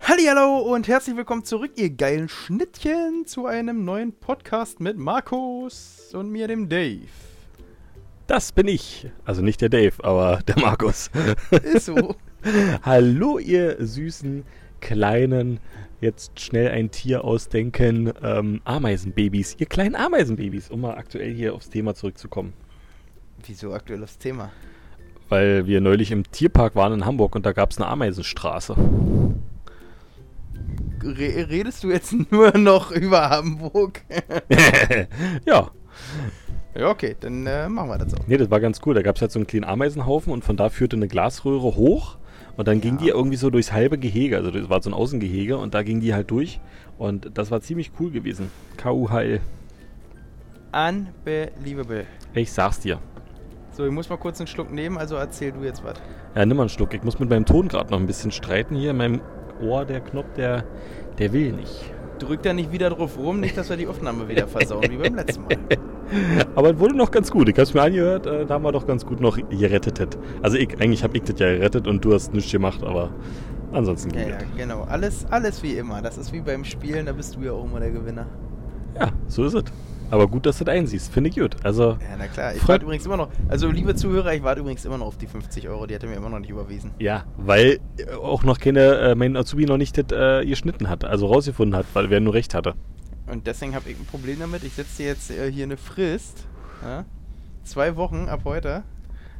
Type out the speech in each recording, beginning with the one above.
Hallo und herzlich willkommen zurück, ihr geilen Schnittchen, zu einem neuen Podcast mit Markus und mir, dem Dave. Das bin ich. Also nicht der Dave, aber der Markus. Ist so. Hallo, ihr süßen, kleinen, jetzt schnell ein Tier ausdenken, ähm, Ameisenbabys. Ihr kleinen Ameisenbabys, um mal aktuell hier aufs Thema zurückzukommen. Wieso aktuelles Thema? Weil wir neulich im Tierpark waren in Hamburg und da gab es eine Ameisenstraße. Re redest du jetzt nur noch über Hamburg? ja. ja, okay, dann äh, machen wir das so. Nee, das war ganz cool. Da gab es halt so einen kleinen Ameisenhaufen und von da führte eine Glasröhre hoch. Und dann ging Ja. die irgendwie so durchs halbe Gehege. Also das war so ein Außengehege und da ging die halt durch. Und das war ziemlich cool gewesen. KUHL. Unbelievable. Ich sag's dir. So, ich muss mal kurz einen Schluck nehmen, also erzähl du jetzt was. Ja, nimm mal einen Schluck. Ich muss mit meinem Ton gerade noch ein bisschen streiten hier. In meinem Ohr, der Knopf, der, der will nicht. Drück da nicht wieder drauf rum, nicht, dass wir die Aufnahme wieder versauen, wie beim letzten Mal. Aber es wurde noch ganz gut. Ich hab's mir angehört, äh, da haben wir doch ganz gut noch gerettet. Also ich, eigentlich hab ich das ja gerettet und du hast nichts gemacht, aber ansonsten Ja, ging ja, das. genau. Alles, alles wie immer. Das ist wie beim Spielen, da bist du ja auch immer der Gewinner. Ja, so ist es. Aber gut, dass du das einsiehst. Finde ich gut. Also, Ja, na klar. Ich Freut- warte übrigens immer noch, also liebe Zuhörer, ich warte übrigens immer noch auf die 50 Euro, die hat er mir immer noch nicht überwiesen. ja, weil äh, auch noch keine, äh, mein Azubi noch nicht das äh, geschnitten hat, also rausgefunden hat, weil wer nur recht hatte. Und deswegen habe ich ein Problem damit. Ich setze dir jetzt äh, hier eine Frist. Ja? Zwei Wochen ab heute.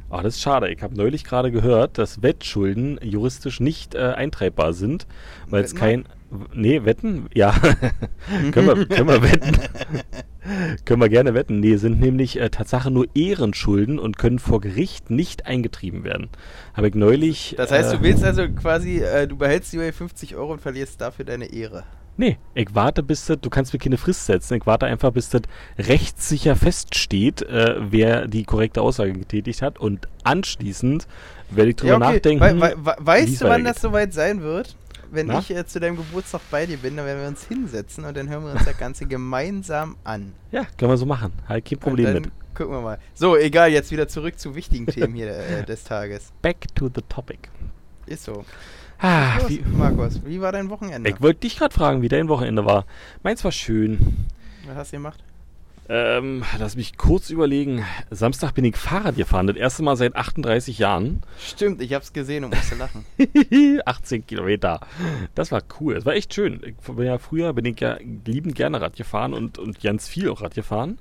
Ah, das ist schade. Ich habe neulich gerade gehört, dass Wettschulden juristisch nicht äh, eintreibbar sind, weil es Wetten? kein. Nee, wetten? Ja. können, wir, können wir wetten? können wir gerne wetten. Nee, sind nämlich äh, Tatsache nur Ehrenschulden und können vor Gericht nicht eingetrieben werden. Habe ich neulich. Das heißt, äh, du willst also quasi, äh, du behältst die 50 Euro und verlierst dafür deine Ehre. Nee, ich warte bis das, du kannst mir keine Frist setzen, ich warte einfach bis das rechtssicher feststeht, äh, wer die korrekte Aussage getätigt hat und anschließend werde ich drüber nachdenken. Wei- wei- wei- wie es weißt du, wann weitergeht. das soweit sein wird? Wenn Na? ich äh, zu deinem Geburtstag bei dir bin, dann werden wir uns hinsetzen und dann hören wir uns das Ganze gemeinsam an. Ja, können wir so machen. Halt kein Problem und dann mit. Gucken wir mal. So, egal, jetzt wieder zurück zu wichtigen Themen hier äh, des Tages. Back to the topic. Ist so. Ah, Los, wie, Markus, wie war dein Wochenende? ich wollte dich gerade fragen, wie dein Wochenende war. Meins war schön. Was hast du gemacht? Ähm, lass mich kurz überlegen. Samstag bin ich Fahrrad gefahren. Das erste Mal seit 38 Jahren. Stimmt, ich hab's gesehen und musste lachen. 18 Kilometer. Das war cool. Das war echt schön. Ich bin ja früher bin ich ja liebend gerne Rad gefahren und, und ganz viel auch Rad gefahren.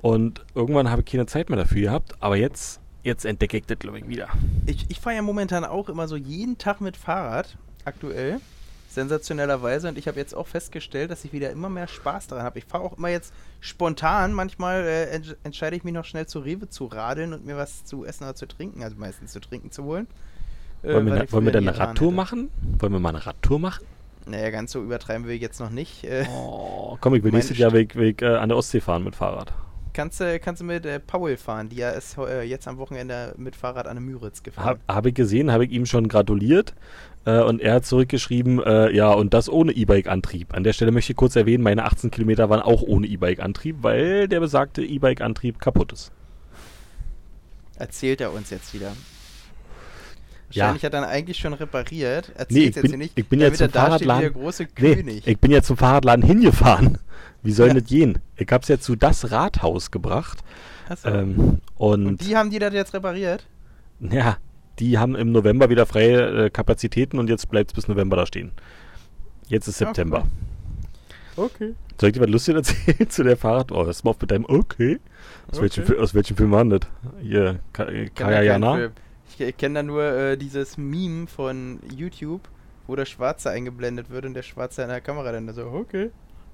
Und irgendwann habe ich keine Zeit mehr dafür gehabt. Aber jetzt, jetzt entdecke ich das, glaube ich, wieder. Ich, ich fahre ja momentan auch immer so jeden Tag mit Fahrrad, aktuell, sensationellerweise. Und ich habe jetzt auch festgestellt, dass ich wieder immer mehr Spaß daran habe. Ich fahre auch immer jetzt spontan. Manchmal äh, ent entscheide ich mich noch schnell zu Rewe zu radeln und mir was zu essen oder zu trinken, also meistens zu trinken zu holen. Äh, Wollen wir, weil ne- ich wollen früher wir dann nie eine getan Radtour hätte. machen? Wollen wir mal eine Radtour machen? Naja, ganz so übertreiben wir jetzt noch nicht. Äh, Oh, komm, ich will Meine nächstes Jahr weg, weg äh, an der Ostsee fahren mit Fahrrad. kannst, du- kannst du mit äh, Paul fahren, die ja ist heu- äh, jetzt am Wochenende mit Fahrrad an der Müritz Habe gefahren. hab ich gesehen, habe ich ihm schon gratuliert. Äh, und er hat zurückgeschrieben, äh, ja, und das ohne E-Bike-Antrieb. An der Stelle möchte ich kurz erwähnen, meine 18 Kilometer waren auch ohne E-Bike-Antrieb, weil der besagte E-Bike-Antrieb kaputt ist. Erzählt er uns jetzt wieder. Ja. Wahrscheinlich hat er dann eigentlich schon repariert. Erzähl's Nee, ich jetzt bin- hier nicht. ich bin ja damit er zum dasteht wie der Fahrradladen- große Nee, König. ich bin ja zum Fahrradladen hingefahren. Wie soll Ja. denn das gehen? Ich hab's ja zu das Rathaus gebracht. Achso. Ähm, und, und die haben die das jetzt repariert? ja, die haben im November wieder freie äh, Kapazitäten und jetzt bleibt's bis November da stehen. Jetzt ist Ja, September. cool. Okay. Soll ich dir was Lustiges erzählen zu der Fahrt? Oh, das macht mit deinem Okay. Aus, Okay. Welchem, Fi- aus welchem Film handelt? Hier, Ka äh, Kaya Jana. Ich, ich kenne da nur äh, dieses Meme von YouTube, wo der Schwarze eingeblendet wird und der Schwarze an der Kamera dann so, okay.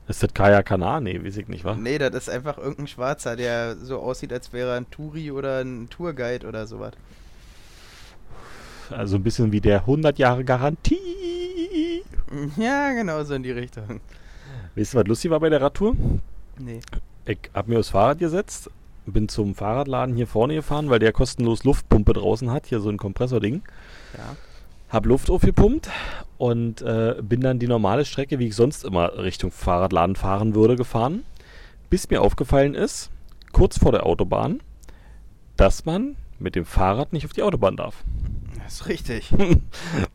Ist das Kaya Kana? Nee, weiß ich nicht, wa? Nee, das ist einfach irgendein Schwarzer, der so aussieht, als wäre er ein Touri oder ein Tourguide oder sowas. Also ein bisschen wie der 100 Jahre Garantie. Ja, genau so in die Richtung. Weißt du, was lustig war bei der Radtour? Nee. Ich hab mir aufs Fahrrad gesetzt, bin zum Fahrradladen hier vorne gefahren, weil der kostenlos Luftpumpe draußen hat, hier so ein Kompressording. Ja. Hab Luft aufgepumpt und äh, bin dann die normale Strecke, wie ich sonst immer Richtung Fahrradladen fahren würde, gefahren. Bis mir aufgefallen ist, kurz vor der Autobahn, dass man mit dem Fahrrad nicht auf die Autobahn darf. Das ist richtig.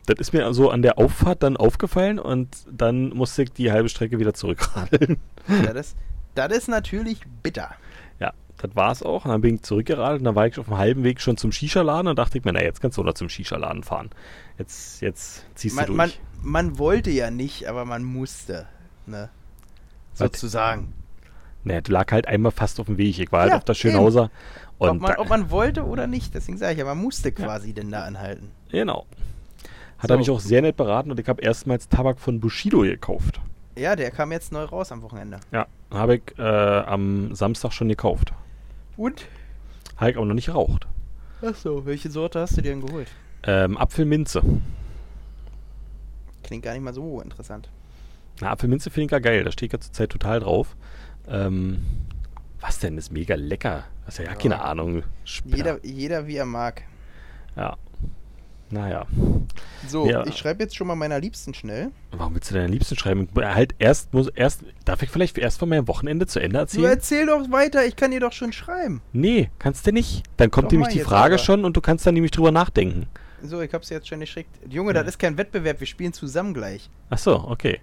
Das ist mir so an der Auffahrt dann aufgefallen und dann musste ich die halbe Strecke wieder zurückradeln. Ja, das, das ist natürlich bitter. Ja, das war es auch. Und dann bin ich zurückgeradelt und dann war ich auf dem halben Weg schon zum Shisha-Laden und dachte ich mir, na, jetzt kannst du doch zum Shisha-Laden fahren. Jetzt, jetzt ziehst Man, du man, durch. man wollte ja nicht, aber man musste. Ne? Was? Sozusagen. Naja, du lag halt einmal fast auf dem Weg. Ich war halt Ja, auf der Schönhauser. Ob Und man, da- ob man wollte oder nicht, deswegen sage ich ja, man musste quasi denn da anhalten. genau. Hat So. er mich auch sehr nett beraten und ich habe erstmals Tabak von Bushido gekauft. Ja, der kam jetzt neu raus am Wochenende. Ja, habe ich äh, am Samstag schon gekauft. Und? Habe ich aber noch nicht geraucht. Achso, welche Sorte hast du dir denn geholt? Ähm, Apfelminze. Klingt gar nicht mal so interessant. Na, Apfelminze finde ich ja geil. Da stehe ich ja zurzeit total drauf. Ähm, was denn? Ist mega lecker. Hast ja, ja Ja. keine Ahnung. Spinner. Jeder, jeder wie er mag. Ja. Naja. So, Ja. ich schreibe jetzt schon mal meiner Liebsten schnell. Warum willst du deine Liebsten schreiben? Halt erst, muss erst. Darf ich vielleicht erst von meinem Wochenende zu Ende Du erzählen? erzähl doch weiter, ich kann dir doch schon schreiben. Nee, kannst du nicht. Dann kommt Doch nämlich mal die jetzt Frage aber. schon und du kannst dann nämlich drüber nachdenken. So, ich hab's jetzt schon geschickt. Junge, das ist kein Wettbewerb, wir spielen zusammen gleich. Ach so, okay.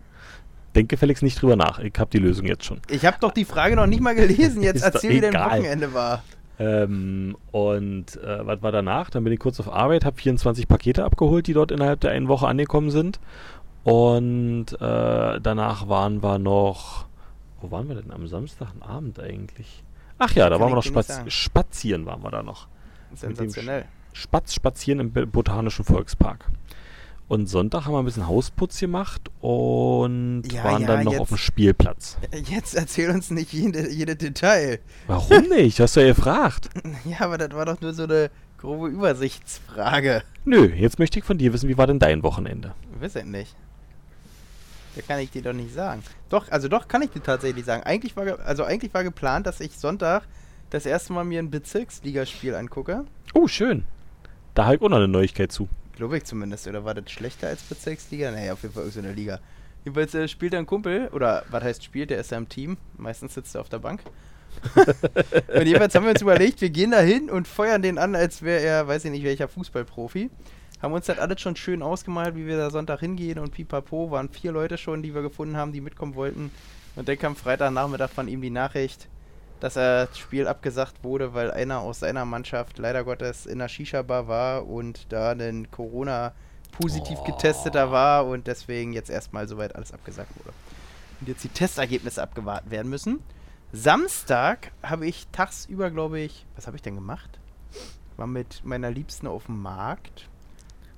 Denk gefälligst nicht drüber nach. Ich habe die Lösung jetzt schon. Ich habe doch die Frage noch nicht mal gelesen. Jetzt Ist doch erzähl, wie dein egal. Wochenende war. Ähm, und äh, was war danach? Dann bin ich kurz auf Arbeit, habe 24 Pakete abgeholt, die dort innerhalb der einen Woche angekommen sind. Und äh, danach waren wir noch. Wo waren wir denn am Samstagabend eigentlich? Ach ja, da Kann waren wir noch ich dir nicht spaz sagen. spazieren, waren wir da noch. dem Sensationell. Spatz spazieren im Bo- Botanischen Volkspark. Und Sonntag haben wir ein bisschen Hausputz gemacht und Ja, waren ja, dann noch jetzt- auf dem Spielplatz. Jetzt erzähl uns nicht jede, jede Detail. Warum nicht? Hast du ja gefragt. Ja, aber das war doch nur so eine grobe Übersichtsfrage. Nö, jetzt möchte ich von dir wissen, wie war denn dein Wochenende? Weiß ich nicht. Da kann ich dir doch nicht sagen. Doch, also doch kann ich dir tatsächlich sagen. Eigentlich war, ge- also eigentlich war geplant, dass ich Sonntag das erste Mal mir ein Bezirksligaspiel angucke. Oh, schön. Da habe ich auch noch eine Neuigkeit zu. Glaube ich zumindest. Oder war das schlechter als Bezirksliga? Naja, auf jeden Fall irgendeine Liga. Jedenfalls äh, spielt ein Kumpel, oder was heißt spielt, der ist ja im Team. Meistens sitzt er auf der Bank. und jedenfalls haben wir uns überlegt, wir gehen da hin und feuern den an, als wäre er, weiß ich nicht, welcher Fußballprofi. Haben uns das alles schon schön ausgemalt, wie wir da Sonntag hingehen und pipapo. Waren vier Leute schon, die wir gefunden haben, die mitkommen wollten. Und dann kam Freitagnachmittag von ihm die Nachricht, dass er das Spiel abgesagt wurde, weil einer aus seiner Mannschaft leider Gottes in einer Shisha-Bar war und da ein Corona-positiv getesteter war und deswegen jetzt erstmal soweit alles abgesagt wurde. Und jetzt die Testergebnisse abgewartet werden müssen. Samstag habe ich tagsüber, glaube ich, was habe ich denn gemacht? War mit meiner Liebsten auf dem Markt.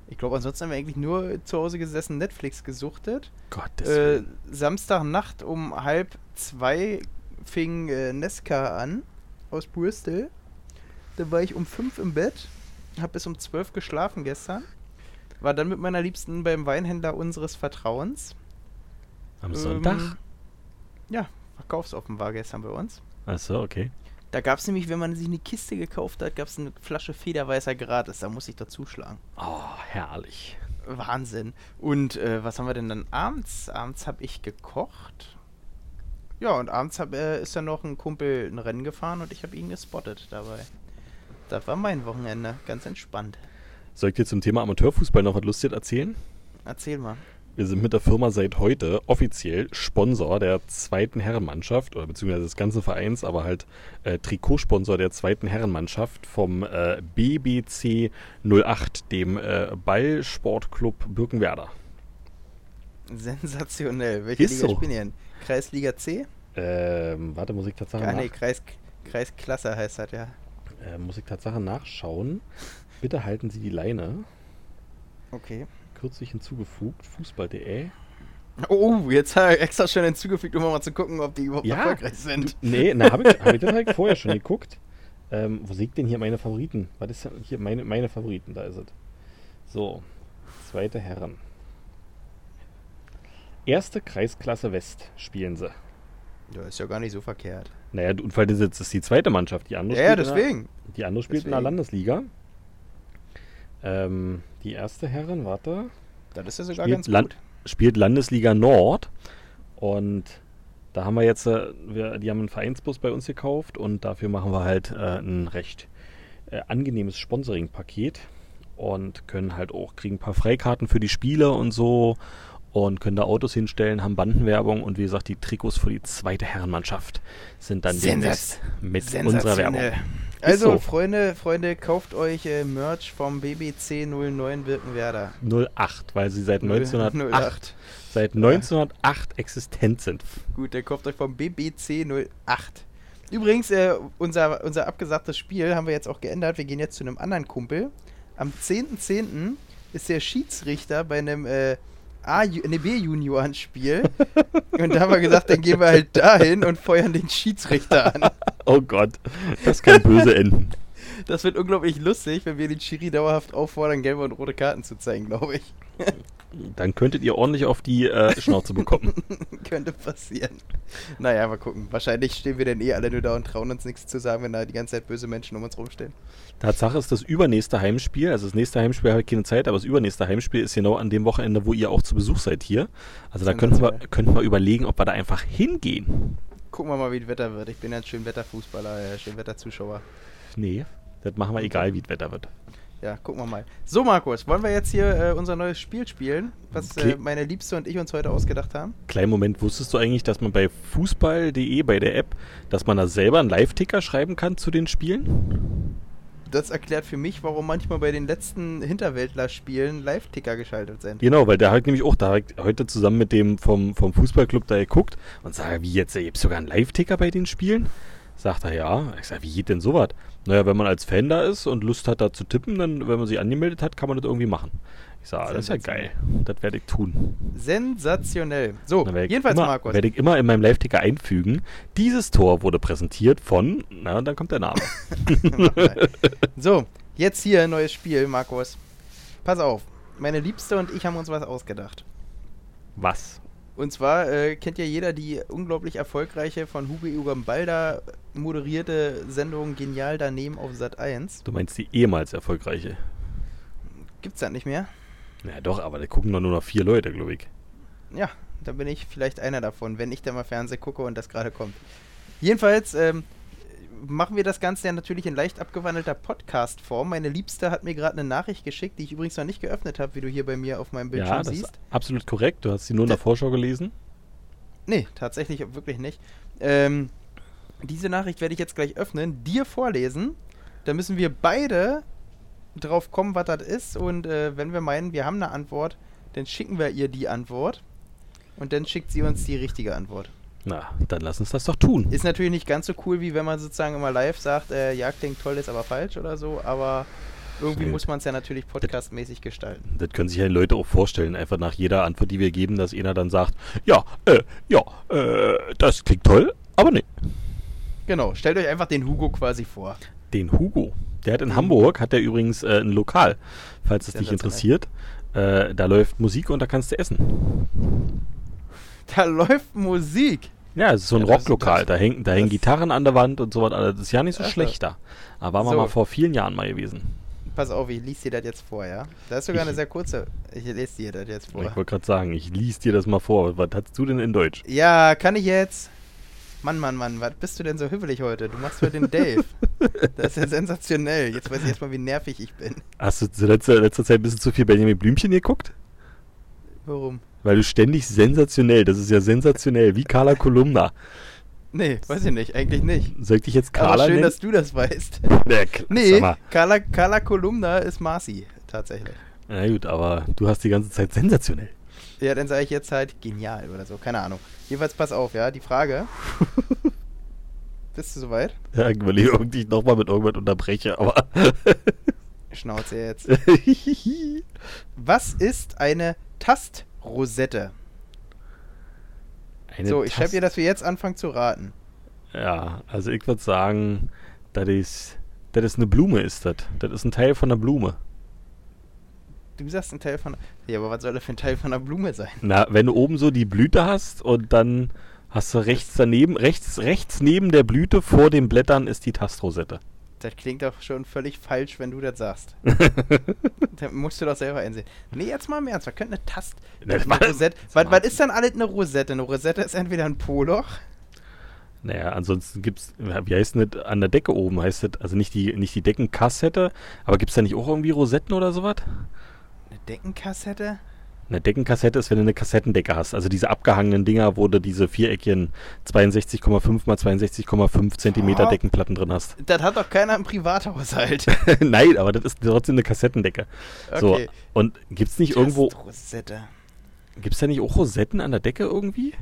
Ich glaube, ansonsten haben wir eigentlich nur zu Hause gesessen, Netflix gesuchtet. Gottes Äh, Willen. Samstagnacht um halb zwei fing äh, Nesca an aus Bristol. Da war ich um fünf im Bett, habe bis um zwölf geschlafen gestern. War dann mit meiner Liebsten beim Weinhändler unseres Vertrauens. Am ähm, Sonntag? Ja, Verkaufsoffen war gestern bei uns. Achso, okay. Da gab es nämlich, wenn man sich eine Kiste gekauft hat, gab es eine Flasche Federweißer gratis. Da muss ich dazuschlagen. Oh, herrlich. Wahnsinn. Und äh, was haben wir denn dann abends? Abends habe ich gekocht. Ja, und abends hab, äh, ist dann noch ein Kumpel ein Rennen gefahren und ich habe ihn gespottet dabei. Das war mein Wochenende. Ganz entspannt. Soll ich dir zum Thema Amateurfußball noch was Lustiges erzählen? Erzähl mal. Wir sind mit der Firma seit heute offiziell Sponsor der zweiten Herrenmannschaft oder beziehungsweise des ganzen Vereins, aber halt äh, Trikotsponsor der zweiten Herrenmannschaft vom äh, BBC 08, dem äh, Ballsportclub Birkenwerder. Sensationell. Welche Ist Liga so. spielen die denn? Kreisliga C? Ähm, warte, muss ich Tatsache, Ah, nee, nach, Kreis, Kreisklasse heißt das ja. äh, muss ich Tatsache nachschauen. Bitte halten Sie die Leine. Okay. Kürzlich hinzugefügt, Fußball.de. Oh, jetzt habe ich extra schön hinzugefügt, um mal zu gucken, ob die überhaupt Ja. erfolgreich sind. Nee, na, habe ich, hab ich das halt vorher schon geguckt. Ähm, wo sehe ich denn hier meine Favoriten? Was ist denn hier meine, meine Favoriten? Da ist es. So, zweite Herren. Erste Kreisklasse West spielen sie. Ja, ist ja gar nicht so verkehrt. Naja, und weil das jetzt ist die zweite Mannschaft. Die andere Ja, ja, spielt in der- deswegen. Die andere spielt in der Deswegen. Landesliga. Ähm, die erste Herren, warte. Das ist ja sogar spielt ganz Land- gut. spielt Landesliga Nord und da haben wir jetzt, äh, wir, die haben einen Vereinsbus bei uns gekauft und dafür machen wir halt äh, ein recht äh, angenehmes Sponsoring-Paket und können halt auch kriegen ein paar Freikarten für die Spiele und so und können da Autos hinstellen, haben Bandenwerbung und wie gesagt, die Trikots für die zweite Herrenmannschaft sind dann Sensaz- demnächst mit unserer Sensationell. Werbung. Also, so. Freunde, Freunde, kauft euch äh, Merch vom BBC 09 Birkenwerder. 08, weil sie seit 1908 08. seit 1908 existent sind. Gut, der kauft euch vom BBC 08. Übrigens, äh, unser, unser abgesagtes Spiel haben wir jetzt auch geändert. Wir gehen jetzt zu einem anderen Kumpel. Am 10.10. ist der Schiedsrichter bei einem äh, A- nee, B-Junioren-Spiel. und da haben wir gesagt, dann gehen wir halt dahin und feuern den Schiedsrichter an. Oh Gott, das kann böse enden. Das wird unglaublich lustig, wenn wir den Schiri dauerhaft auffordern, gelbe und rote Karten zu zeigen, glaube ich. Dann könntet ihr ordentlich auf die äh, Schnauze bekommen. Könnte passieren. Naja, mal gucken. Wahrscheinlich stehen wir dann eh alle nur da und trauen uns nichts zu sagen, wenn da die ganze Zeit böse Menschen um uns rumstehen. Tatsache ist das übernächste Heimspiel, also das nächste Heimspiel habe ich keine Zeit, aber das übernächste Heimspiel ist genau an dem Wochenende, wo ihr auch zu Besuch seid hier. Also da könnten wir, Sensationell. könnten wir überlegen, ob wir da einfach hingehen. Gucken wir mal, wie das Wetter wird. Ich bin ja ein Schönwetterfußballer, äh, Schönwetterzuschauer. Nee, das machen wir egal, wie das Wetter wird. Ja, gucken wir mal. So, Markus, wollen wir jetzt hier äh, unser neues Spiel spielen, was Okay. äh, meine Liebste und ich uns heute ausgedacht haben? Kleinen Moment, wusstest du eigentlich, dass man bei fußball.de, bei der App, dass man da selber einen Live-Ticker schreiben kann zu den Spielen? Das erklärt für mich, warum manchmal bei den letzten Hinterwäldler-Spielen Live-Ticker geschaltet sind. Genau, weil der halt nämlich auch da hat heute zusammen mit dem vom, vom Fußballclub da geguckt und sage, wie jetzt, gibt es sogar einen Live-Ticker bei den Spielen? Sagt er, ja. Ich sage, wie geht denn sowas? Naja, wenn man als Fan da ist und Lust hat, da zu tippen, dann, wenn man sich angemeldet hat, kann man das irgendwie machen. Ich sage, das ist ja geil. Das werde ich tun. Sensationell. So, Dann werde ich Oh, jedenfalls, immer, Markus. Werde ich immer in meinem Live-Ticker einfügen. Dieses Tor wurde präsentiert von, na, dann kommt der Name. so, jetzt hier ein neues Spiel, Markus. Pass auf, meine Liebste und ich haben uns was ausgedacht. Was? Und zwar äh, kennt ja jeder die unglaublich erfolgreiche von Hugo Ugambalda moderierte Sendung Genial daneben auf Sat 1. Du meinst die ehemals erfolgreiche? Gibt's das nicht mehr? Ja, doch, aber da gucken doch nur noch vier Leute, glaube ich. Ja, da bin ich vielleicht einer davon, wenn ich da mal Fernsehen gucke und das gerade kommt. Jedenfalls ähm, machen wir das Ganze ja natürlich in leicht abgewandelter Podcast-Form. Meine Liebste hat mir gerade eine Nachricht geschickt, die ich übrigens noch nicht geöffnet habe, wie du hier bei mir auf meinem Bildschirm ja, das siehst. ist absolut korrekt. Du hast sie nur in der Vorschau gelesen. Nee, tatsächlich wirklich nicht. Ähm, diese Nachricht werde ich jetzt gleich öffnen, dir vorlesen. Da müssen wir beide drauf kommen, was das ist. Und äh, wenn wir meinen, wir haben eine Antwort, dann schicken wir ihr die Antwort. Und dann schickt sie uns die richtige Antwort. Na, dann lass uns das doch tun. Ist natürlich nicht ganz so cool, wie wenn man sozusagen immer live sagt, äh, Jagd klingt toll, ist aber falsch oder so. Aber irgendwie Nee. muss man es ja natürlich podcastmäßig gestalten. Das können sich ja die Leute auch vorstellen, einfach nach jeder Antwort, die wir geben, dass einer dann sagt, ja, äh, ja, äh, das klingt toll, aber nee. Genau, stellt euch einfach den Hugo quasi vor. Den Hugo. Der Mhm. hat in Hamburg, hat der übrigens äh, ein Lokal, falls es dich Sensationell. interessiert. Äh, da läuft Musik und da kannst du essen. Da läuft Musik. Ja, es ist so ein Ja, das- Rocklokal. das- Da hängen, da hängen das- Gitarren an der Wand und sowas. alles. Das ist ja nicht so Ach so. schlecht da. Aber waren wir So. mal vor vielen Jahren mal gewesen. Pass auf, ich lese dir das jetzt vor, ja? Da ist sogar Ich- eine sehr kurze. Ich lese dir das jetzt vor. Ich wollte gerade sagen, ich lies dir das mal vor. Was hast du denn in Deutsch? Ja, kann ich jetzt? Mann, Mann, Mann, was bist du denn so hübbelig heute? Du machst für den Dave. Das ist ja sensationell. Jetzt weiß ich erstmal, wie nervig ich bin. Hast du in letzter, letzter Zeit ein bisschen zu viel Benjamin Blümchen geguckt? Warum? Weil du ständig sensationell, das ist ja sensationell, wie Carla Kolumna. Nee, weiß ich nicht. Eigentlich nicht. Soll ich dich jetzt Aber Carla schön, nennen? dass du das weißt. nee, kl- Nee, sag mal. Carla, Carla Kolumna ist Marci, tatsächlich. Na gut, aber du hast die ganze Zeit sensationell. Ja, dann sage ich jetzt halt genial oder so. Keine Ahnung. Jedenfalls pass auf, ja? Die Frage. Bist du soweit? Ja, ich überlege, ob ich dich nochmal mit irgendwas unterbreche, aber... Schnauze jetzt. Was ist eine Tastrosette? Eine so, ich schreibe Taste- dir, dass wir jetzt anfangen zu raten. Ja, also ich würde sagen, das ist, das ist eine Blume, ist das. Das ist ein Teil von einer Blume. Du sagst ein Teil von. Ja, aber was soll das für ein Teil von einer Blume sein? Na, wenn du oben so die Blüte hast und dann hast du rechts daneben, rechts, rechts neben der Blüte vor den Blättern ist die Tastrosette. Das klingt doch schon völlig falsch, wenn du das sagst. Das musst du doch selber einsehen. Nee, jetzt mal im Ernst. Was könnte eine Tast. Das Eine war- Rosette. Was, was ist dann alles eine Rosette? Eine Rosette ist entweder ein Poloch Naja, ansonsten gibt's, wie heißt denn das, an der Decke oben heißt das, also nicht die, nicht die Deckenkassette, aber gibt's da nicht auch irgendwie Rosetten oder sowas? Eine Deckenkassette? Eine Deckenkassette ist, wenn du eine Kassettendecke hast. Also diese abgehangenen Dinger, wo du diese viereckigen 62,5 mal 62,5 Zentimeter Ah. Deckenplatten drin hast. Das hat doch keiner im Privathaushalt. Nein, aber das ist trotzdem eine Kassettendecke. So, Okay. und gibt's nicht irgendwo, Rosette. gibt's da nicht auch Rosetten an der Decke irgendwie?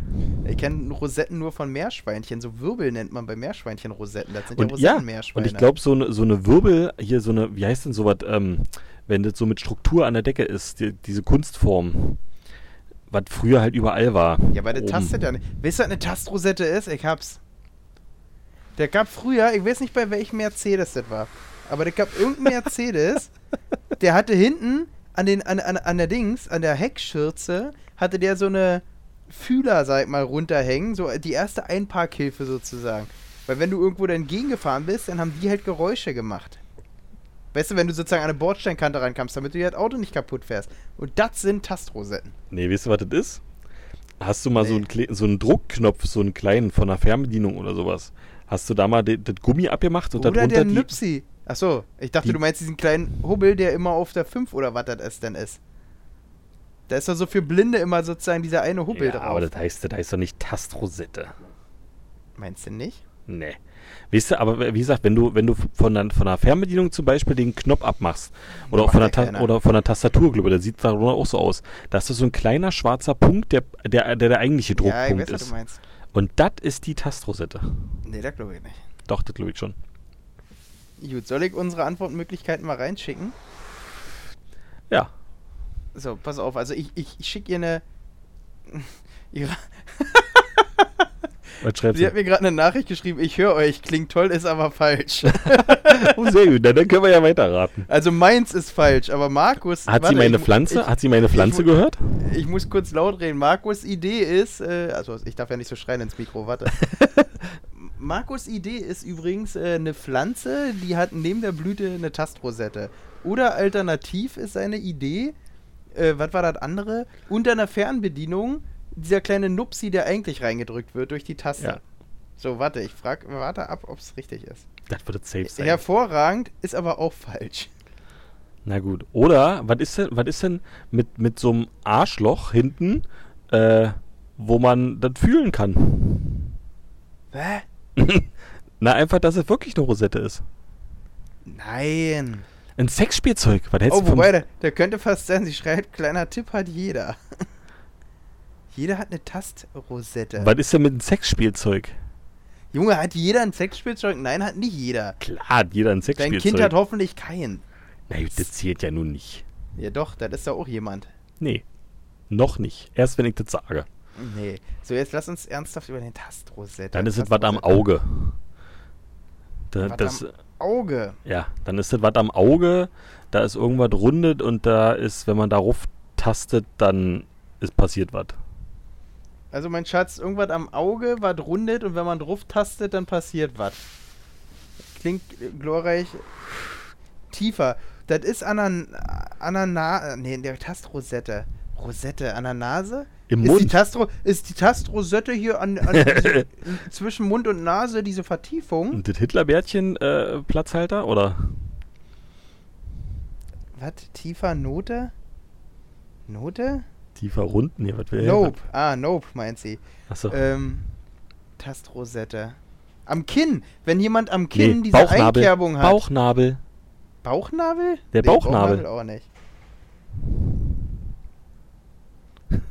Ich kenne Rosetten nur von Meerschweinchen. So Wirbel nennt man bei Meerschweinchen Rosetten. Das sind ja Und ja, und Rosettenmeerschweine. ich glaube, so eine so eine Wirbel, hier so eine, wie heißt denn sowas, ähm, wenn das so mit Struktur an der Decke ist, die, diese Kunstform, was früher halt überall war. Ja, aber eine Oben. Taste dann. Wisst ihr, was eine Tastrosette ist? Ich hab's. Der gab früher, ich weiß nicht bei welchem Mercedes das war, aber der gab irgendeinen Mercedes, der hatte hinten an, den, an, an, an der Dings, an der Heckschürze, hatte der so eine Fühler, sag ich mal, runterhängen, so die erste Einparkhilfe sozusagen. Weil wenn du irgendwo dann gegengefahren bist, dann haben die halt Geräusche gemacht. Weißt du, wenn du sozusagen an eine Bordsteinkante rankamst, damit du dir das Auto nicht kaputt fährst. Und das sind Tastrosetten. Nee, weißt du, was das ist? Hast du mal so, Nee. einen, kle- so einen Druckknopf, so einen kleinen von einer Fernbedienung oder sowas? Hast du da mal de- das Gummi abgemacht und Oder darunter der die, Nüpsi. Achso, ich dachte, Die- du meinst diesen kleinen Hubbel, der immer auf der 5 oder was das ist denn ist. Da ist doch so für Blinde immer sozusagen dieser eine Hubbel ja, drauf. aber das heißt, das heißt doch nicht Tastrosette. meinst du nicht? Nee. Weißt du, aber wie gesagt, wenn du, wenn du von einer, von einer Fernbedienung zum Beispiel den Knopf abmachst oder Macht auch von der, ja Ta keiner. oder von der Tastatur, glaube ich, das sieht da auch so aus. Das ist so ein kleiner schwarzer Punkt, der der, der, der eigentliche ja, ich weiß, Druckpunkt was du ist. meinst. Und das ist die Tastrosette. Nee, da glaube ich nicht. Doch, das glaube ich schon. Gut, soll ich unsere Antwortmöglichkeiten mal reinschicken? Ja. So, pass auf, also ich, ich, ich schicke ihr eine. Ihre, Was schreibst sie hat du? mir gerade eine Nachricht geschrieben, ich höre euch, klingt toll, ist aber falsch. Oh, sehr gut, na, dann können wir ja weiterraten. Also meins ist falsch, aber Markus. Hat warte, sie meine ich- Pflanze? ich- hat sie meine Pflanze ich- gehört? Ich muss kurz laut reden. Markus' Idee ist, äh, also ich darf ja nicht so schreien ins Mikro, warte. Markus' Idee ist übrigens äh, eine Pflanze, die hat neben der Blüte eine Tastrosette. Oder alternativ ist seine Idee, äh, was war das andere? Unter einer Fernbedienung dieser kleine Nupsi, der eigentlich reingedrückt wird durch die Taste. Ja. So, warte, ich frag, warte ab, ob es richtig ist. Das würde safe sein. Hervorragend ist aber auch falsch. Na gut. Oder, was ist denn, was ist denn mit, mit so einem Arschloch hinten, äh, wo man das fühlen kann? Hä? Na, einfach, dass es wirklich eine Rosette ist. Nein. Ein Sexspielzeug. Was hältst Oh, du vom wobei, da, da könnte fast sein, sie schreibt, kleiner Tipp hat jeder. jeder hat eine Tastrosette. Was ist denn mit einem Sexspielzeug? Junge, hat jeder ein Sexspielzeug? Nein, hat nicht jeder. Klar, hat jeder ein Dein Sexspielzeug. Kind hat hoffentlich keinen. Na gut, das zählt ja nun nicht. Ja doch, das ist ja auch jemand. Nee. Noch nicht. Erst wenn ich das sage. Nee. So, jetzt lass uns ernsthaft über den Tastrosette. Dann ist es was am Tastrosette. Auge. Da, Was das, am Auge. ja, dann ist das was am Auge. Da ist irgendwas rundet und da ist, wenn man darauf tastet, dann ist passiert was. Also mein Schatz, irgendwas am Auge, was rundet und wenn man drauf tastet, dann passiert was. Klingt äh, glorreich tiefer. Das ist an der, an der Na nee, in der Tastrosette. Rosette an der Nase? Im ist Die Mund. Tastro ist die Tastrosette hier an, an diese, zwischen Mund und Nase, diese Vertiefung? Und das Hitlerbärtchen äh, Platzhalter oder? Was? Tiefer Note? Note? Tiefer Runden? Nee, was will Nope. Ah, Nope, meint sie. Achso. Ähm, Tastrosette. Am Kinn. Wenn jemand am Kinn diese Bauchnabel. Einkerbung hat. Bauchnabel. Bauchnabel? Der Bauchnabel. auch nicht.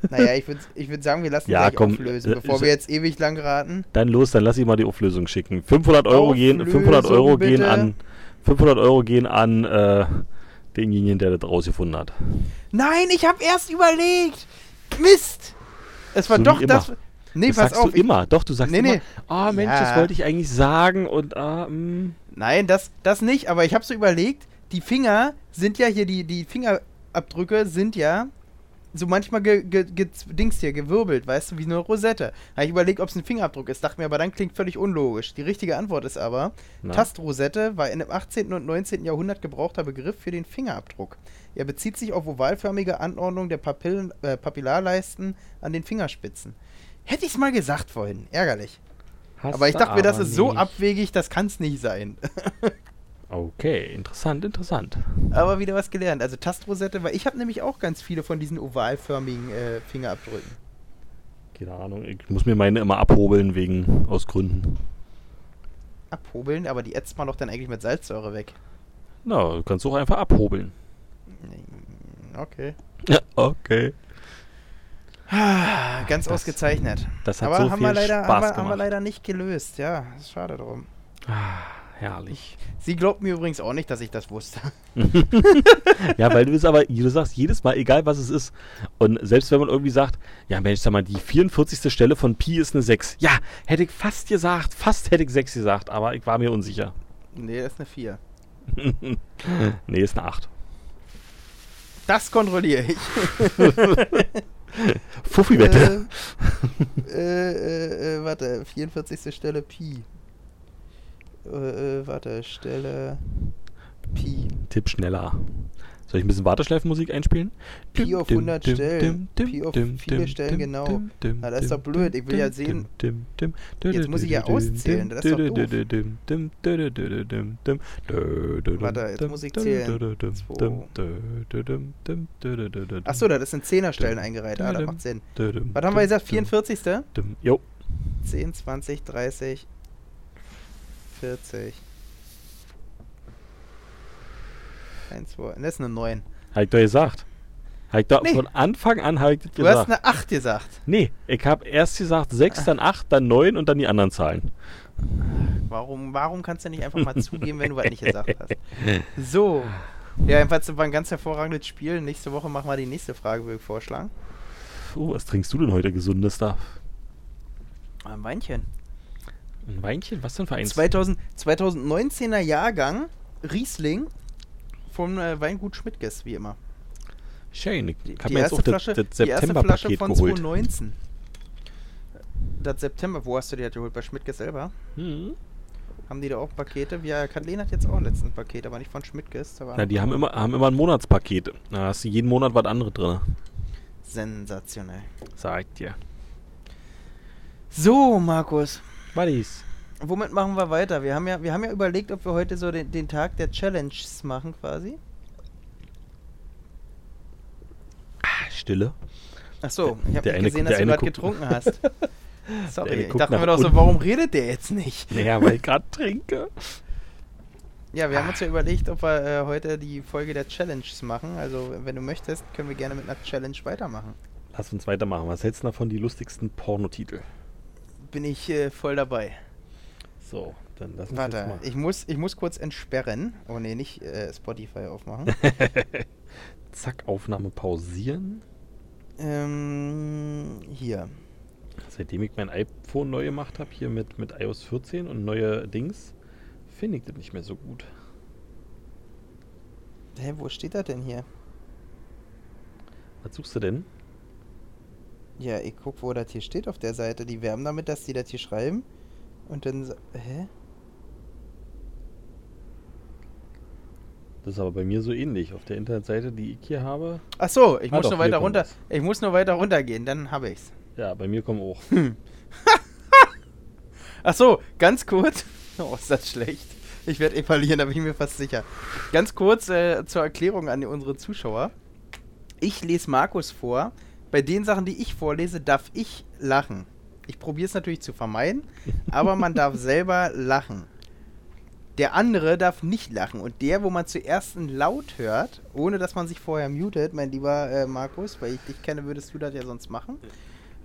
Naja, ich würde ich würd sagen, wir lassen Ja, gleich komm, auflösen, äh, bevor ist- wir jetzt ewig lang raten. Dann los, dann lass ich mal die Auflösung schicken. 500 Euro gehen, 500 Euro Auflösung, gehen bitte. an, 500 Euro gehen an äh, denjenigen, der das rausgefunden hat. Nein, ich habe erst überlegt. Mist. Es war So wie doch immer. das. Nee, das pass sagst auf. du ich- immer. Doch, du sagst Nee, immer, nee. ah Mensch, das Ja. wollte ich eigentlich sagen und ah, mh. Nein, das, das nicht, aber ich habe so überlegt, die Finger sind ja hier, die, die Fingerabdrücke sind ja so manchmal ge, ge, ge, Dings hier gewirbelt, weißt du, wie eine Rosette. Habe ich überlegt, ob es ein Fingerabdruck ist, dachte mir, aber dann klingt völlig unlogisch. Die richtige Antwort ist aber, Na? Tastrosette war in dem 18. und 19. Jahrhundert gebrauchter Begriff für den Fingerabdruck. Er bezieht sich auf ovalförmige Anordnung der Papillen, äh, Papillarleisten an den Fingerspitzen. Hätte ich's mal gesagt vorhin, ärgerlich. Hast Aber ich du dachte mir, das aber ist so nicht. abwegig, das kann es nicht sein. Okay, interessant, interessant. Aber wieder was gelernt. Also Tastrosette, weil ich habe nämlich auch ganz viele von diesen ovalförmigen äh, Fingerabdrücken. Keine Ahnung, ich muss mir meine immer abhobeln wegen aus Gründen. Abhobeln, aber die ätzt man doch dann eigentlich mit Salzsäure weg. Na, du kannst auch einfach abhobeln. Mm, Okay. Ja, okay. Ganz Ah, das- ausgezeichnet. das hat aber so haben viel wir leider, Spaß haben wir, haben wir gemacht. leider nicht gelöst, ja. Ist schade drum. Ah, Herrlich. Sie glaubt mir übrigens auch nicht, dass ich das wusste. Ja, weil du es aber, du sagst jedes Mal, egal was es ist. Und selbst wenn man irgendwie sagt, ja Mensch, sag mal, die 44. Stelle von Pi ist eine 6. Ja, hätte ich fast gesagt, fast hätte ich 6 gesagt, aber ich war mir unsicher. Nee, das ist eine 4. nee, ist eine 8. Das kontrolliere ich. Fuffi-Wette. Äh, äh, äh, äh, warte, 44. Stelle Pi. Äh, äh, warte, Stelle Pi. Tipp schneller. Soll ich ein bisschen Warteschleifenmusik einspielen? Pi auf 100 Stellen. Pi auf viele Stellen genau. Na, das ist doch blöd. Ich will ja sehen- Jetzt muss ich ja auszählen. Das ist doch doof. Warte, Warte, jetzt muss ich zählen. Ach so, das sind Zehnerstellen eingereiht. Ah, das macht Sinn. Was haben wir gesagt? 44. Jo, 10, 20, 30, 40. 1, 2, das ist eine 9. hab ich doch gesagt. Hab ich doch Nee. von Anfang an hab ich das Du hast ne- gesagt. eine 8 gesagt. nee, ich hab erst gesagt 6, dann 8, dann 9 und dann die anderen Zahlen. Warum, warum kannst du nicht einfach mal zugeben, wenn du was nicht gesagt hast? So. Ja, jedenfalls war ein ganz hervorragendes Spiel. Nächste Woche machen wir die nächste Frage, würde ich vorschlagen. Oh, was trinkst du denn heute gesundes da? Ein Weinchen. Ein Weinchen? Was denn für eins? 2000, 2019er Jahrgang, Riesling vom äh, Weingut Schmidtges, wie immer. Schön. Ich Die- hab die mir jetzt erste auch das, Flasche- das die erste Flasche September-Paket von geholt. 2019. Das September, wo hast du die das geholt? Bei Schmidtges selber? Hm. Haben die da auch Pakete? Ja, Kathleen hat jetzt auch letztens ein Paket, aber nicht von Schmidtges. Da war Na, die haben immer, haben immer ein Monatspaket. Da hast du jeden Monat was anderes drin. sensationell. Sag ich dir. So, Markus, Buddies. womit machen wir weiter? Wir haben ja, wir haben ja überlegt, ob wir heute so den, den Tag der Challenges machen quasi. Ah, Stille. Ach so, ich habe der nicht gesehen, eine gu- der dass du eine was guckt- getrunken hast. eine Sorry, ich guckt dachte nach mir doch so, unten. warum redet der jetzt nicht? Naja, weil ich gerade trinke. Ja, wir haben uns ja überlegt, ob wir äh, heute die Folge der Challenges machen. Also, wenn du möchtest, können wir gerne mit einer Challenge weitermachen. Lass uns weitermachen. Was hältst du davon, die lustigsten Pornotitel? Bin ich äh, voll dabei. So, dann lass uns jetzt Warte, mal. ich muss, ich muss kurz entsperren. Oh nee, nicht äh, Spotify aufmachen. Zack, Aufnahme pausieren. ähm, hier. Seitdem ich mein iPhone neu gemacht habe, hier mit, mit iOS 14 und neue Dings, finde ich das nicht mehr so gut. Hä, wo steht das denn hier? Was suchst du denn? Ja, ich guck, wo das hier steht auf der Seite. Die werben damit, dass die das hier schreiben. Und dann. sa- Hä? Das ist aber bei mir so ähnlich. Auf der Internetseite, die ich hier habe, Ach so, ich Ah, muss doch, nur hier weiter kommt runter. das. Ich muss nur weiter runtergehen, dann habe ich's. ja, bei mir kommen auch. Ach so, ganz kurz. Oh, ist das schlecht. Ich werde eh verlieren, da bin ich mir fast sicher. Ganz kurz äh, zur Erklärung an unsere Zuschauer. Ich lese Markus vor. Bei den Sachen, die ich vorlese, darf ich lachen. Ich probiere es natürlich zu vermeiden, aber man darf selber lachen. Der andere darf nicht lachen. Und der, wo man zuerst einen Laut hört, ohne dass man sich vorher mutet, mein lieber äh, Markus, weil ich dich kenne, würdest du das ja sonst machen.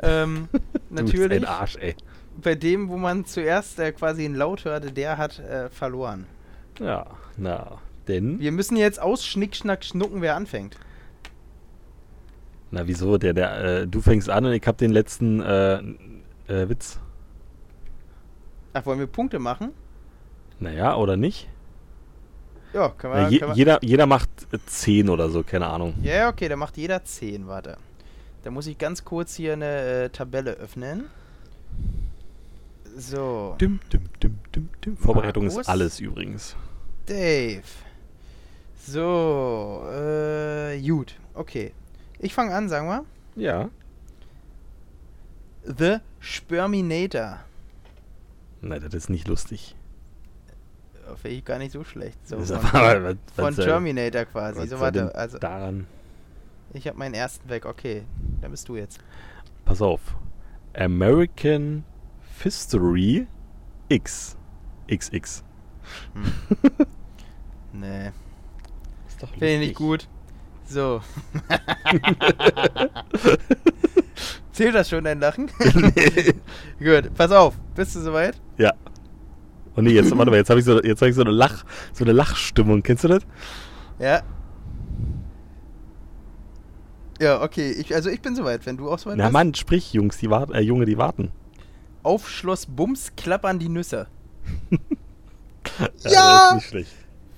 Ähm, Du bist natürlich ein Arsch, ey. bei dem, wo man zuerst äh, quasi einen Laut hörte, der hat äh, verloren. Ja, na, denn? Wir müssen jetzt aus Schnick, Schnack, Schnucken, wer anfängt. Na, wieso? Der, der, äh, du fängst an und ich hab den letzten äh, äh, Witz. Ach, wollen wir Punkte machen? Naja, oder nicht? Ja, können wir. Na, je, können wir jeder, jeder macht äh, 10 oder so, keine Ahnung. ja, okay, dann macht jeder 10, warte. Da muss ich ganz kurz hier eine äh, Tabelle öffnen. So, Dim, dim, dim, dim, dim. Vorbereitung Markus? ist alles übrigens. Dave. So, äh, gut, okay. Ich fange an, sagen wir. Ja. The Sperminator. Nein, das ist nicht lustig. Finde ich gar nicht so schlecht. So Das ist von aber- was- von was soll- Terminator was quasi. So, soll denn warte, also Daran. ich habe meinen ersten weg. Okay, dann bist du jetzt. Pass auf. American History X. XX. Hm. Nee, Ist doch finde ich nicht gut. So. Zählt das schon, dein Lachen? Gut, pass auf. Bist du soweit? Ja. Und nee, jetzt, warte mal, jetzt habe ich, so, jetzt hab ich so, eine Lach, so eine Lachstimmung. Kennst du das? Ja. Ja, okay. Ich, also ich bin soweit, wenn du auch soweit Na bist. Mann, sprich, Jungs, die warten, äh, Junge, die warten. Auf Schloss Bums klappern die Nüsse. Äh, Ja! das ist nicht schlecht.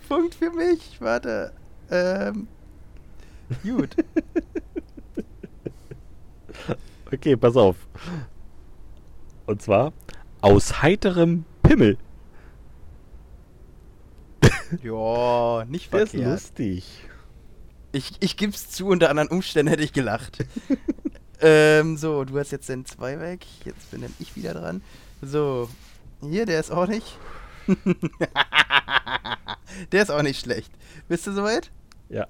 Punkt für mich. Warte. Ähm. Gut. Okay, pass auf. Und zwar aus heiterem Pimmel. ja, nicht Der ist verkehrt. lustig. Ich, ich gib's zu, unter anderen Umständen hätte ich gelacht. ähm, so, du hast jetzt den 2 weg. Jetzt bin dann ich wieder dran. So. Hier, der ist auch nicht. der ist auch nicht schlecht. Bist du soweit? Ja.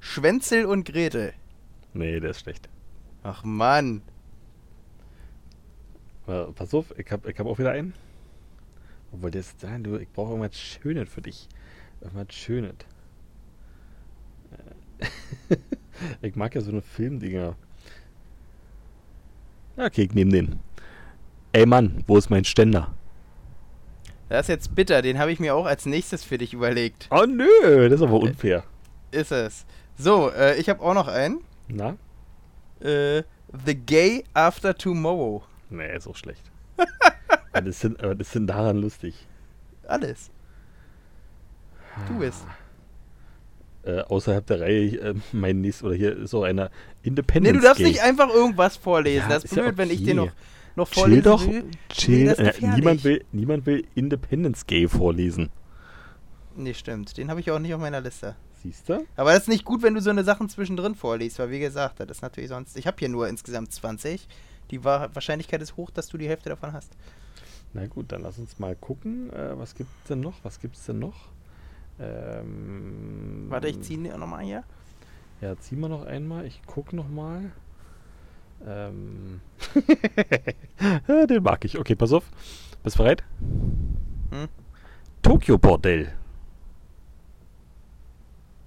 Schwänzel und Gretel. Nee, der ist schlecht. Ach Mann. Äh, Pass auf, ich habe ich hab auch wieder einen. Obwohl, der ist nein, du, ich brauche irgendwas Schönes für dich. Irgendwas Schönes. Äh, ich mag ja so eine Filmdinger. Ja, Okay, ich nehme den. Ey Mann, wo ist mein Ständer? Das ist jetzt bitter. Den habe ich mir auch als nächstes für dich überlegt. Oh nö, das ist aber unfair. Ist es. So, äh, ich habe auch noch einen. Na? Äh, The Gay After Tomorrow. Nee, ist auch schlecht. was, ist denn, was ist denn daran lustig? Alles. Du bist. Äh, außerhalb der Reihe, äh, mein nächstes, oder hier ist so einer Nee, Independence du darfst Gay. nicht einfach irgendwas vorlesen. Ja, das ist ist ja blöd, wenn ich dir okay. noch, noch vorlesen Chill doch, will. chill. das äh, gefährlich. niemand, will, niemand will Independence Gay vorlesen. Nee, stimmt. Den habe ich auch nicht auf meiner Liste. Siehst du? Aber das ist nicht gut, wenn du so eine Sachen zwischendrin vorliest, weil wie gesagt, das ist natürlich sonst. Ich habe hier nur insgesamt 20. Die Wahr- Wahrscheinlichkeit ist hoch, dass du die Hälfte davon hast. Na gut, dann lass uns mal gucken. Äh, was gibt's denn noch? Was gibt's denn noch? Ähm, Warte, ich ziehe ihn nochmal hier. Ja, ziehen wir noch einmal. Ich guck noch mal. Ähm. Ja, Den mag ich. Okay, pass auf. Bist du bereit? Hm? Tokyo Bordell.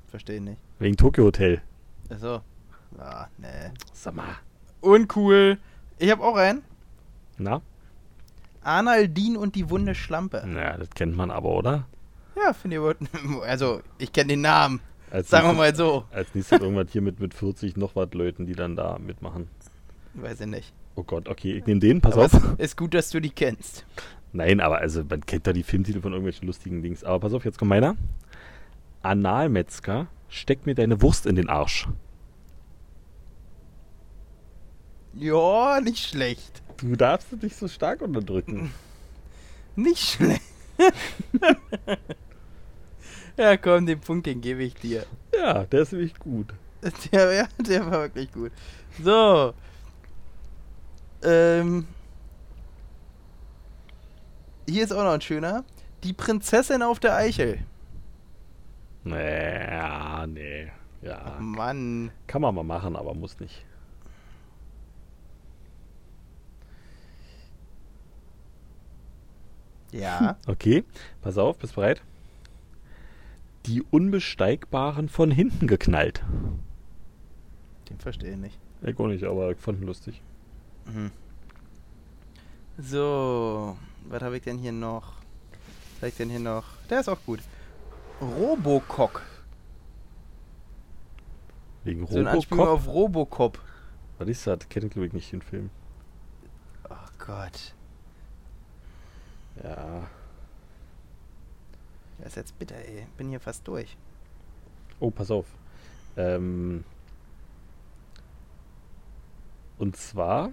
Verstehe nicht. Wegen Tokyo Hotel. Achso. Ah, nee. Sag mal. Uncool. Ich habe auch einen. Na? Arnaldin und die wunde Schlampe. Na, das kennt man aber, oder? Ja, finde ich aber. Also, ich kenne den Namen. Als Sagen wir nächstes- mal so. Als nächstes irgendwas hier mit, mit 40 noch was Leuten, die dann da mitmachen. Weiß ich nicht. Oh Gott, okay, ich nehme den, pass Aber es auf. ist gut, dass du die kennst. Nein, aber also man kennt da die Filmtitel von irgendwelchen lustigen Dings. Aber pass auf, jetzt kommt meiner. Analmetzger, steck mir deine Wurst in den Arsch. Ja, nicht schlecht. Du darfst es nicht so stark unterdrücken. Nicht schlecht. ja, komm, den Punkt, den gebe ich dir. Ja, der ist nämlich gut. Der, ja, der war wirklich gut. So. Ähm. Hier ist auch noch ein schöner. Die Prinzessin auf der Eichel. Nee, ja, nee. Ah, Ja, Mann. kann man mal machen, aber muss nicht. Ja. Okay, pass auf, bist bereit? Die Unbesteigbaren von hinten geknallt. Den verstehe ich nicht. Ich auch nicht, aber ich fand ihn lustig. Mhm. So, was habe ich denn hier noch? Was habe ich denn hier noch? Der ist auch gut. Robocock. Wegen So eine Anspielung Robocop. auf Robocop. Was ist das? Kennt glaube ich nicht den Film. Oh Gott. Ja. Das ist jetzt bitter, ey. Bin hier fast durch. Oh, pass auf. Ähm, und zwar.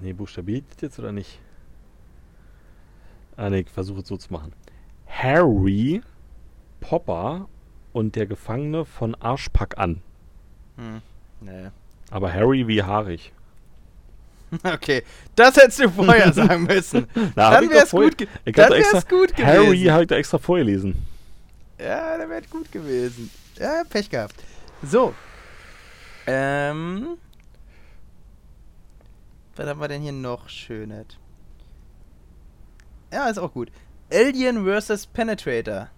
Nee, buchstabiert jetzt oder nicht? Ah, nee, ich versuche es so zu machen. Harry, Popper und der Gefangene von Arschpack an. Hm. Nee. Aber Harry wie haarig. Okay, das hättest du vorher sagen müssen. Na, hab dann ich wäre doch es vorher- gut, ge Ich hab dann da extra, wär's gut gewesen. Harry habe ich da extra vorgelesen. Ja, der wäre gut gewesen. Ja, Pech gehabt. So. Ähm. Was haben wir denn hier noch Schönet? Ja, ist auch gut. Alien vs. Penetrator.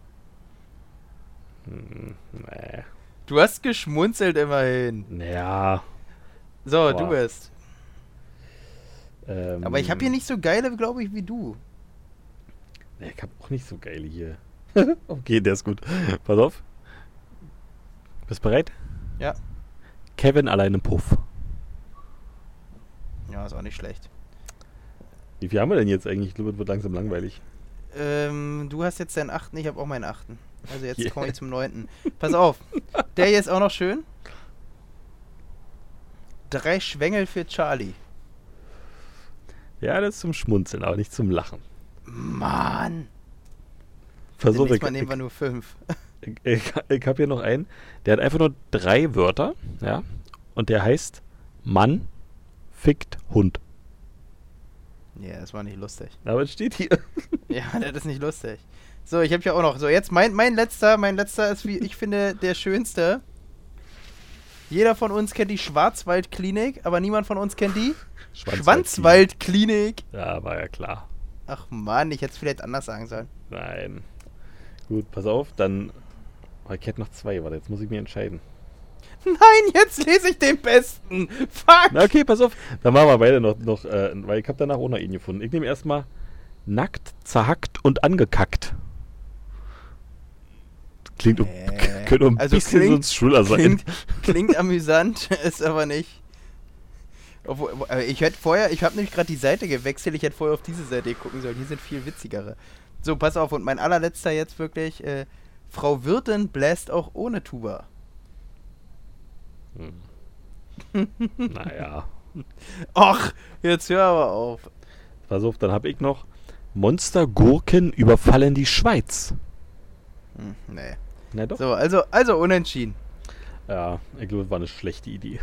Hm, nee. Du hast geschmunzelt immerhin. Naja. So, Boah. du bist. Ähm, Aber ich habe hier nicht so geile, glaube ich, wie du. Nee, Ich habe auch nicht so geile hier. okay, der ist gut. Pass auf. Bist bereit? Ja. Kevin allein im Puff. Ja, ist auch nicht schlecht. Wie viel haben wir denn jetzt eigentlich? Ich glaube, es wird langsam langweilig. Ähm, du hast jetzt deinen achten, ich habe auch meinen achten. Also jetzt Yeah. komme ich zum neunten. Pass auf, der hier ist auch noch schön. Drei Schwengel für Charlie. Ja, das ist zum Schmunzeln, aber nicht zum Lachen. Mann. Versuch, Demnächst ich, mal nehmen ich, wir nur fünf. ich, ich, habe hier noch einen. Der hat einfach nur drei Wörter, ja. Und der heißt Mann fickt Hund. Ja, das war nicht lustig. Aber es steht hier. Ja, das ist nicht lustig. So, ich habe ja auch noch. So, jetzt mein, mein letzter. Mein letzter ist, wie ich finde, der schönste. Jeder von uns kennt die Schwarzwaldklinik, aber niemand von uns kennt die Schwanzwaldklinik. Ja, war ja klar. Ach Mann, ich hätte es vielleicht anders sagen sollen. Nein. Gut, pass auf, dann. Oh, ich hätte noch zwei, warte, jetzt muss ich mir entscheiden. Nein, jetzt lese ich den besten. Fuck. Na, okay, pass auf. Dann machen wir beide noch, noch äh, weil ich habe danach auch noch ihn gefunden. Ich nehme erstmal nackt, zerhackt und angekackt. Klingt um, Äh, könnte um ein also bisschen so ein klingt- Thriller sein. Klingt, klingt amüsant, ist aber nicht. Obwohl, wo- aber ich hätte vorher, ich habe nämlich gerade die Seite gewechselt, ich hätte vorher auf diese Seite gucken sollen. Hier sind viel witzigere. So, pass auf, und mein allerletzter jetzt wirklich, äh, Frau Wirtin bläst auch ohne Tuba. Hm. Naja. Och, jetzt hör aber auf. Pass auf, dann habe ich noch Monstergurken überfallen die Schweiz. Hm, nee. Na doch. So, also, also unentschieden. Ja, ich glaube, das war eine schlechte Idee.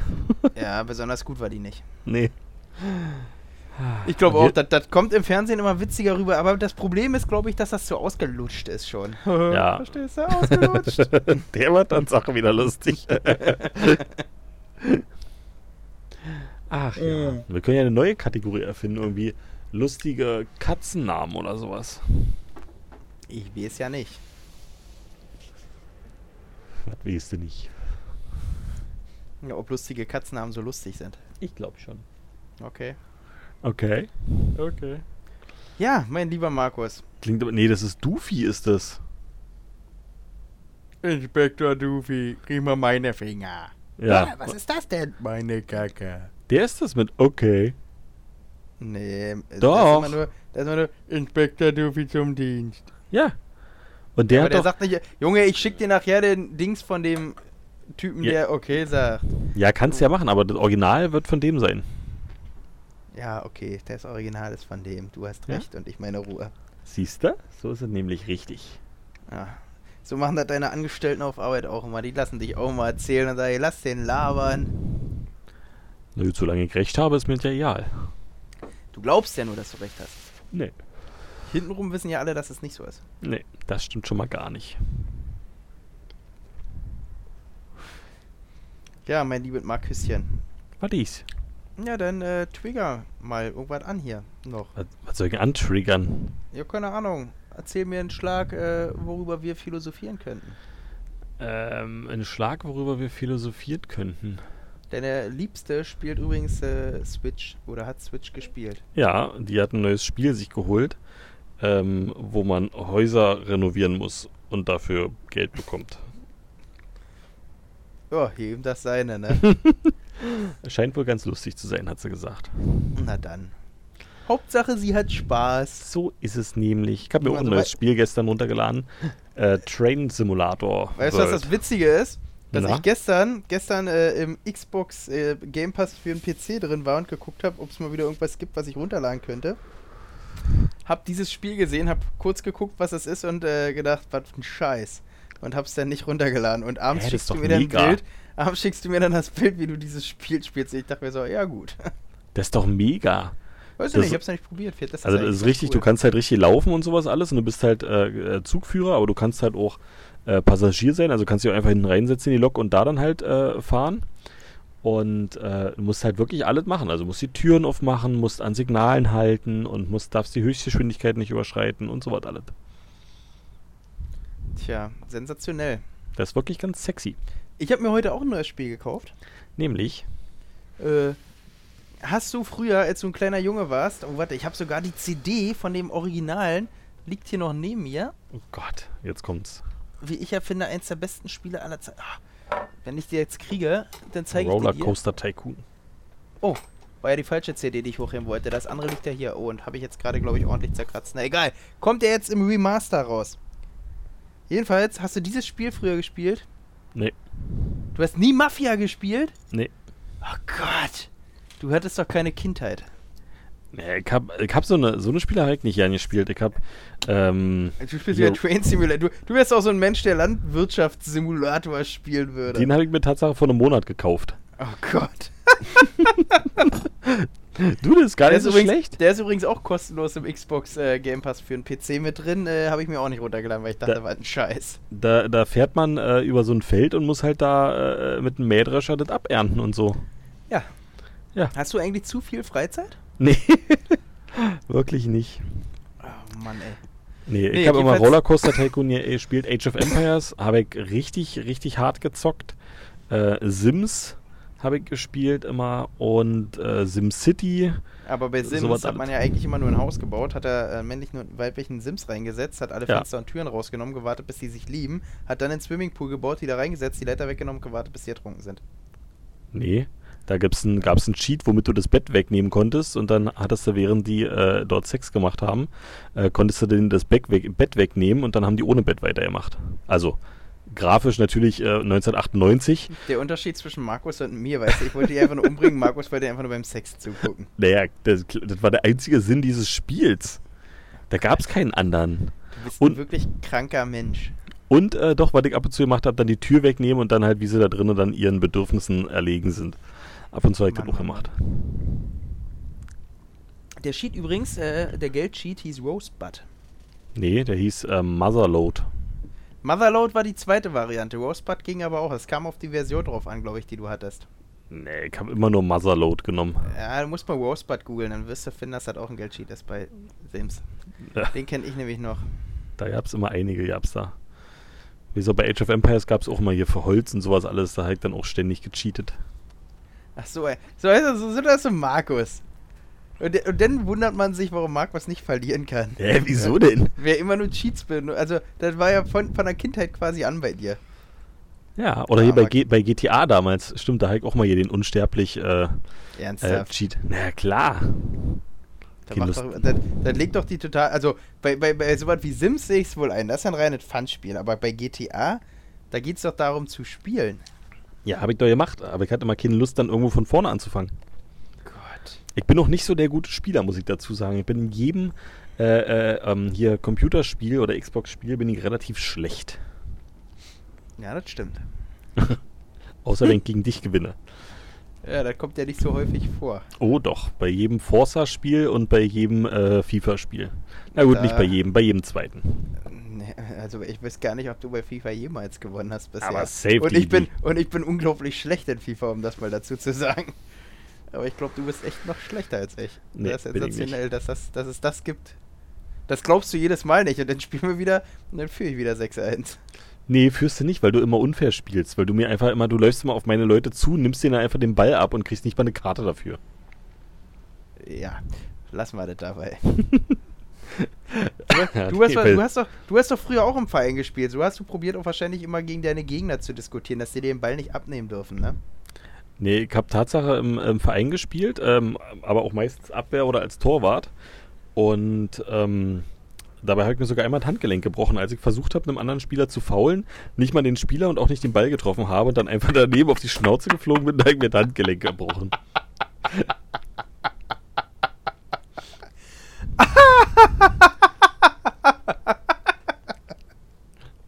Ja, besonders gut war die nicht. Nee. Ich glaube Wir- auch, das, das kommt im Fernsehen immer witziger rüber, aber das Problem ist, glaube ich, dass das so ausgelutscht ist schon. Ja. Verstehst du? Ausgelutscht. Der war dann Sache wieder lustig. Ach ja. Mm. Wir können ja eine neue Kategorie erfinden, irgendwie lustige Katzennamen oder sowas. ich weiß ja nicht. Das weißt du nicht. Ja, ob lustige Katzennamen so lustig sind. Ich glaube schon. Okay. Okay. Okay. Ja, mein lieber Markus. Klingt aber. Nee, das ist Doofy, ist das. Inspektor Doofy, krieg mal meine Finger. Ah, Ja. was ist das denn? Meine Kacke. Der ist das mit Okay. Nee, Doch. Das ist immer nur, das ist immer nur Inspektor Doofy zum Dienst. Ja. Und der Aber hat der doch. sagt nicht, Junge, ich schick dir nachher den Dings von dem Typen, Ja. der okay sagt. ja, kannst ja machen, aber das Original wird von dem sein. Ja, okay, das Original ist von dem. Du hast Ja? recht und ich meine Ruhe. Siehst du? So ist es nämlich richtig. Ja. So machen das deine Angestellten auf Arbeit auch immer. Die lassen dich auch mal erzählen und sagen, lass den labern. Nö, solange ich recht habe, ist mir das ja egal. Du glaubst ja nur, dass du recht hast. Nee. Hintenrum wissen ja alle, dass es nicht so ist. Nee, das stimmt schon mal gar nicht. Ja, mein liebes Marküsschen. Was ist? Ja, dann äh, twigger mal irgendwas an hier noch. Was, was soll ich denn antriggern? Ja, keine Ahnung. Erzähl mir einen Schlag, äh, worüber wir philosophieren könnten. Ähm, ein Schlag, worüber wir philosophiert könnten. Deine Liebste spielt übrigens äh, Switch oder hat Switch gespielt. Ja, die hat ein neues Spiel sich geholt, ähm, wo man Häuser renovieren muss und dafür Geld bekommt. Ja, jedem das seine, ne? Scheint wohl ganz lustig zu sein, hat sie gesagt. Na dann. Hauptsache, sie hat Spaß. So ist es nämlich. Ich habe mir auch ein Also, neues wei- Spiel gestern runtergeladen. Äh, Train Simulator. Weißt du, was World. das Witzige ist? Dass Na? ich gestern, gestern äh, im Xbox äh, Game Pass für den PC drin war und geguckt habe, ob es mal wieder irgendwas gibt, was ich runterladen könnte. Hab dieses Spiel gesehen, hab kurz geguckt, was es ist und äh, gedacht, was für ein Scheiß. Und hab's dann nicht runtergeladen. Und abends Hä, das ist schickst du doch mir dann ein mega. Bild. Abends schickst du mir dann das Bild, wie du dieses Spiel spielst. Ich dachte mir so, ja gut. Das ist doch mega. Weiß ich Das- nicht, ich hab's noch nicht probiert. Vielleicht Also eigentlich das ist ganz richtig, cool. du kannst halt richtig laufen und sowas alles und du bist halt äh, äh, Zugführer, aber du kannst halt auch äh, Passagier sein, also kannst dich auch einfach hinten reinsetzen in die Lok und da dann halt äh, fahren. Und äh, du musst halt wirklich alles machen. Also musst die Türen aufmachen, musst an Signalen halten und musst, darfst die Höchstgeschwindigkeit nicht überschreiten und sowas alles. Tja, sensationell. Das ist wirklich ganz sexy. Ich habe mir heute auch ein neues Spiel gekauft. Nämlich, Äh, hast du früher, als du ein kleiner Junge warst, oh warte, ich habe sogar die CD von dem Originalen, liegt hier noch neben mir. oh Gott, jetzt kommt's. Wie ich ja finde, eins der besten Spiele aller Zeiten. Ah, Wenn ich die jetzt kriege, dann zeige ich die dir. Rollercoaster Tycoon. Oh, war ja die falsche CD, die ich hochheben wollte. Das andere liegt ja hier. Oh, und habe ich jetzt gerade, glaube ich, ordentlich zerkratzt. Na egal, kommt der jetzt im Remaster raus. Jedenfalls, hast du dieses Spiel früher gespielt? Nee, Du hast nie Mafia gespielt? nee. Oh Gott, du hattest doch keine Kindheit. Nee, ich hab, ich hab so eine, so eine Spiele halt nicht gern gespielt. Ich hab, ähm, Also Du spielst Jo. wieder Train Simulator. Du, du wärst auch so ein Mensch, der Landwirtschaftssimulator spielen würde. den habe ich mir tatsächlich vor einem Monat gekauft. oh Gott. Du, das ist gar Der nicht ist, so übrigens, schlecht. der ist übrigens auch kostenlos im Xbox äh, Game Pass für den PC mit drin. Äh, Habe ich mir auch nicht runtergeladen, weil ich dachte, Da- war ein Scheiß. Da, da fährt man äh, über so ein Feld und muss halt da äh, mit einem Mähdrescher das abernten und so. Ja. Ja. Hast du eigentlich zu viel Freizeit? Nee, wirklich nicht. Oh Mann, ey. Nee, ich Nee, habe immer jedenfalls- Rollercoaster Tycoon ge- gespielt, Age of Empires habe ich richtig, richtig hart gezockt. Äh, Sims habe ich gespielt immer und äh, SimCity. Aber bei Sims Sowas hat man alles. ja eigentlich immer nur ein Haus gebaut, hat er äh, männlichen und weiblichen Sims reingesetzt, hat alle Ja. Fenster und Türen rausgenommen, gewartet, bis die sich lieben, hat dann einen Swimmingpool gebaut, wieder reingesetzt, die Leiter weggenommen, gewartet, bis sie ertrunken sind. Nee, da gibt's ein, gab's einen Cheat, womit du das Bett wegnehmen konntest und dann hattest du, während die äh, dort Sex gemacht haben, äh, konntest du denen das Bett, weg, Bett wegnehmen und dann haben die ohne Bett weitergemacht. Also grafisch natürlich äh, 1998. Der Unterschied zwischen Markus und mir, weißt du, ich wollte dich einfach nur umbringen, Markus wollte einfach nur beim Sex zugucken. Naja, das, das war der einzige Sinn dieses Spiels. Da gab's keinen anderen. Du bist ein Und- wirklich kranker Mensch. Und äh, doch, was ich ab und zu gemacht habe, dann die Tür wegnehmen und dann halt, wie sie da drinnen dann ihren Bedürfnissen erlegen sind. Ab und zu habe ich das Mann, auch Mann, gemacht. Der Cheat übrigens, äh, der Geldcheat hieß Rosebud. Nee, der hieß äh, Motherload. Motherload war die zweite Variante. Rosebud ging aber auch. Es kam auf die Version drauf an, glaube ich, die du hattest. Nee, ich habe immer nur Motherload genommen. Ja, du musst mal Rosebud googeln, dann wirst du finden, dass das auch ein Geldcheat ist bei Sims. Ja. Den kenne ich nämlich noch. Da gab es immer einige, gab es da. Wieso bei Age of Empires gab es auch mal hier für Holz und sowas alles, da habe ich dann auch ständig gecheatet. Ach so, ey. So, also, so, so, das ist Markus. Und, de- und dann wundert man sich, warum Markus nicht verlieren kann. Hä, wieso denn? Wer immer nur Cheats benutzt. Also, das war ja von, von der Kindheit quasi an bei dir. Ja, oder Ja, hier bei, aber- G bei GTA damals, stimmt, da habe ich auch mal hier den unsterblich äh, äh, Ernsthaft. Cheat. Na ja, klar. da keine macht doch, Lust. das, das legt doch die total. Also, bei, bei, bei sowas wie Sims sehe ich es wohl ein. Das ist ja ein reines Fun-Spiel. Aber bei GTA, da geht es doch darum zu spielen. Ja, habe ich doch gemacht, aber ich hatte mal keine Lust, dann irgendwo von vorne anzufangen. Gott. Ich bin noch nicht so der gute Spieler, muss ich dazu sagen. Ich bin in jedem äh, äh, ähm, hier Computerspiel oder Xbox-Spiel bin ich relativ schlecht. Ja, das stimmt. Außer wenn ich gegen dich gewinne. Ja, das kommt ja nicht so häufig vor. Oh doch, bei jedem Forza-Spiel und bei jedem äh, FIFA-Spiel. Na gut, Da- nicht bei jedem, bei jedem zweiten. Nee, Also ich weiß gar nicht, ob du bei FIFA jemals gewonnen hast bisher. Aber safe und ich die- bin und ich bin unglaublich schlecht in FIFA, um das mal dazu zu sagen. Aber ich glaube, du bist echt noch schlechter als ich. Nee, das ist bin ich nicht. sensationell, dass, das, dass es das gibt. Das glaubst du jedes Mal nicht und dann spielen wir wieder und dann führe ich wieder 6-1. Nee, führst du nicht, weil du immer unfair spielst, weil du mir einfach immer, du läufst immer auf meine Leute zu, nimmst denen einfach den Ball ab und kriegst nicht mal eine Karte dafür. Ja, lassen wir das dabei. Ja, Du hast, okay, du, hast doch, du hast doch früher auch im Verein gespielt. So hast du probiert, auch wahrscheinlich immer gegen deine Gegner zu diskutieren, dass sie dir den Ball nicht abnehmen dürfen, ne? Nee, ich habe Tatsache im, im Verein gespielt, ähm, aber auch meistens Abwehr oder als Torwart. Und ähm, dabei habe ich mir sogar einmal das Handgelenk gebrochen, als ich versucht habe, einem anderen Spieler zu faulen, nicht mal den Spieler und auch nicht den Ball getroffen habe und dann einfach daneben auf die Schnauze geflogen bin, da habe ich mir das Handgelenk gebrochen.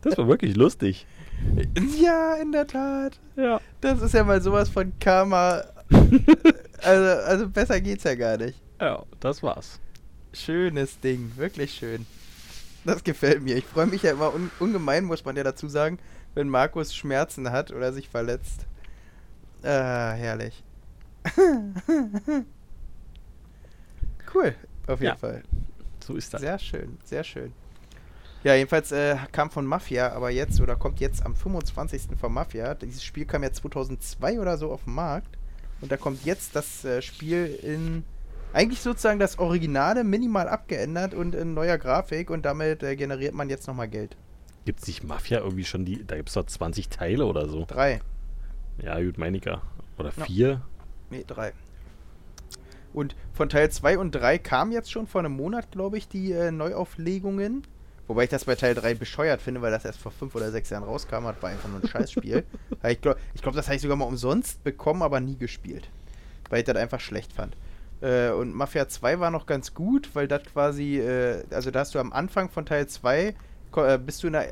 Das war wirklich lustig. Ja, in der Tat. Ja. Das ist ja mal sowas von Karma Also, also besser geht's ja gar nicht. Ja, das war's. Schönes Ding, wirklich schön. Das gefällt mir. Ich freue mich ja immer un ungemein, muss man ja dazu sagen, wenn Markus Schmerzen hat oder sich verletzt. Ah, herrlich. cool, auf jeden Ja. Fall. So ist das. Sehr schön, sehr schön. Ja, jedenfalls äh, kam von Mafia, aber jetzt oder kommt jetzt am 25. von Mafia. Dieses Spiel kam ja 2002 oder so auf den Markt. Und da kommt jetzt das äh, Spiel in. Eigentlich sozusagen das Originale minimal abgeändert und in neuer Grafik und damit äh, generiert man jetzt nochmal Geld. Gibt's nicht Mafia irgendwie schon die. Da gibt's doch 20 Teile oder so. Drei. Ja, gut, meine ich ja. Oder Ja. vier. Nee, drei. Und von Teil 2 und 3 kamen jetzt schon vor einem Monat, glaube ich, die äh, Neuauflegungen. Wobei ich das bei Teil 3 bescheuert finde, weil das erst vor fünf oder sechs Jahren rauskam, hat war einfach nur ein Scheißspiel. Aber ich glaube, ich glaub, das habe ich sogar mal umsonst bekommen, aber nie gespielt. Weil ich das einfach schlecht fand. Äh, und Mafia 2 war noch ganz gut, weil das quasi, äh, also da hast du am Anfang von Teil 2, ko- äh, bist du in der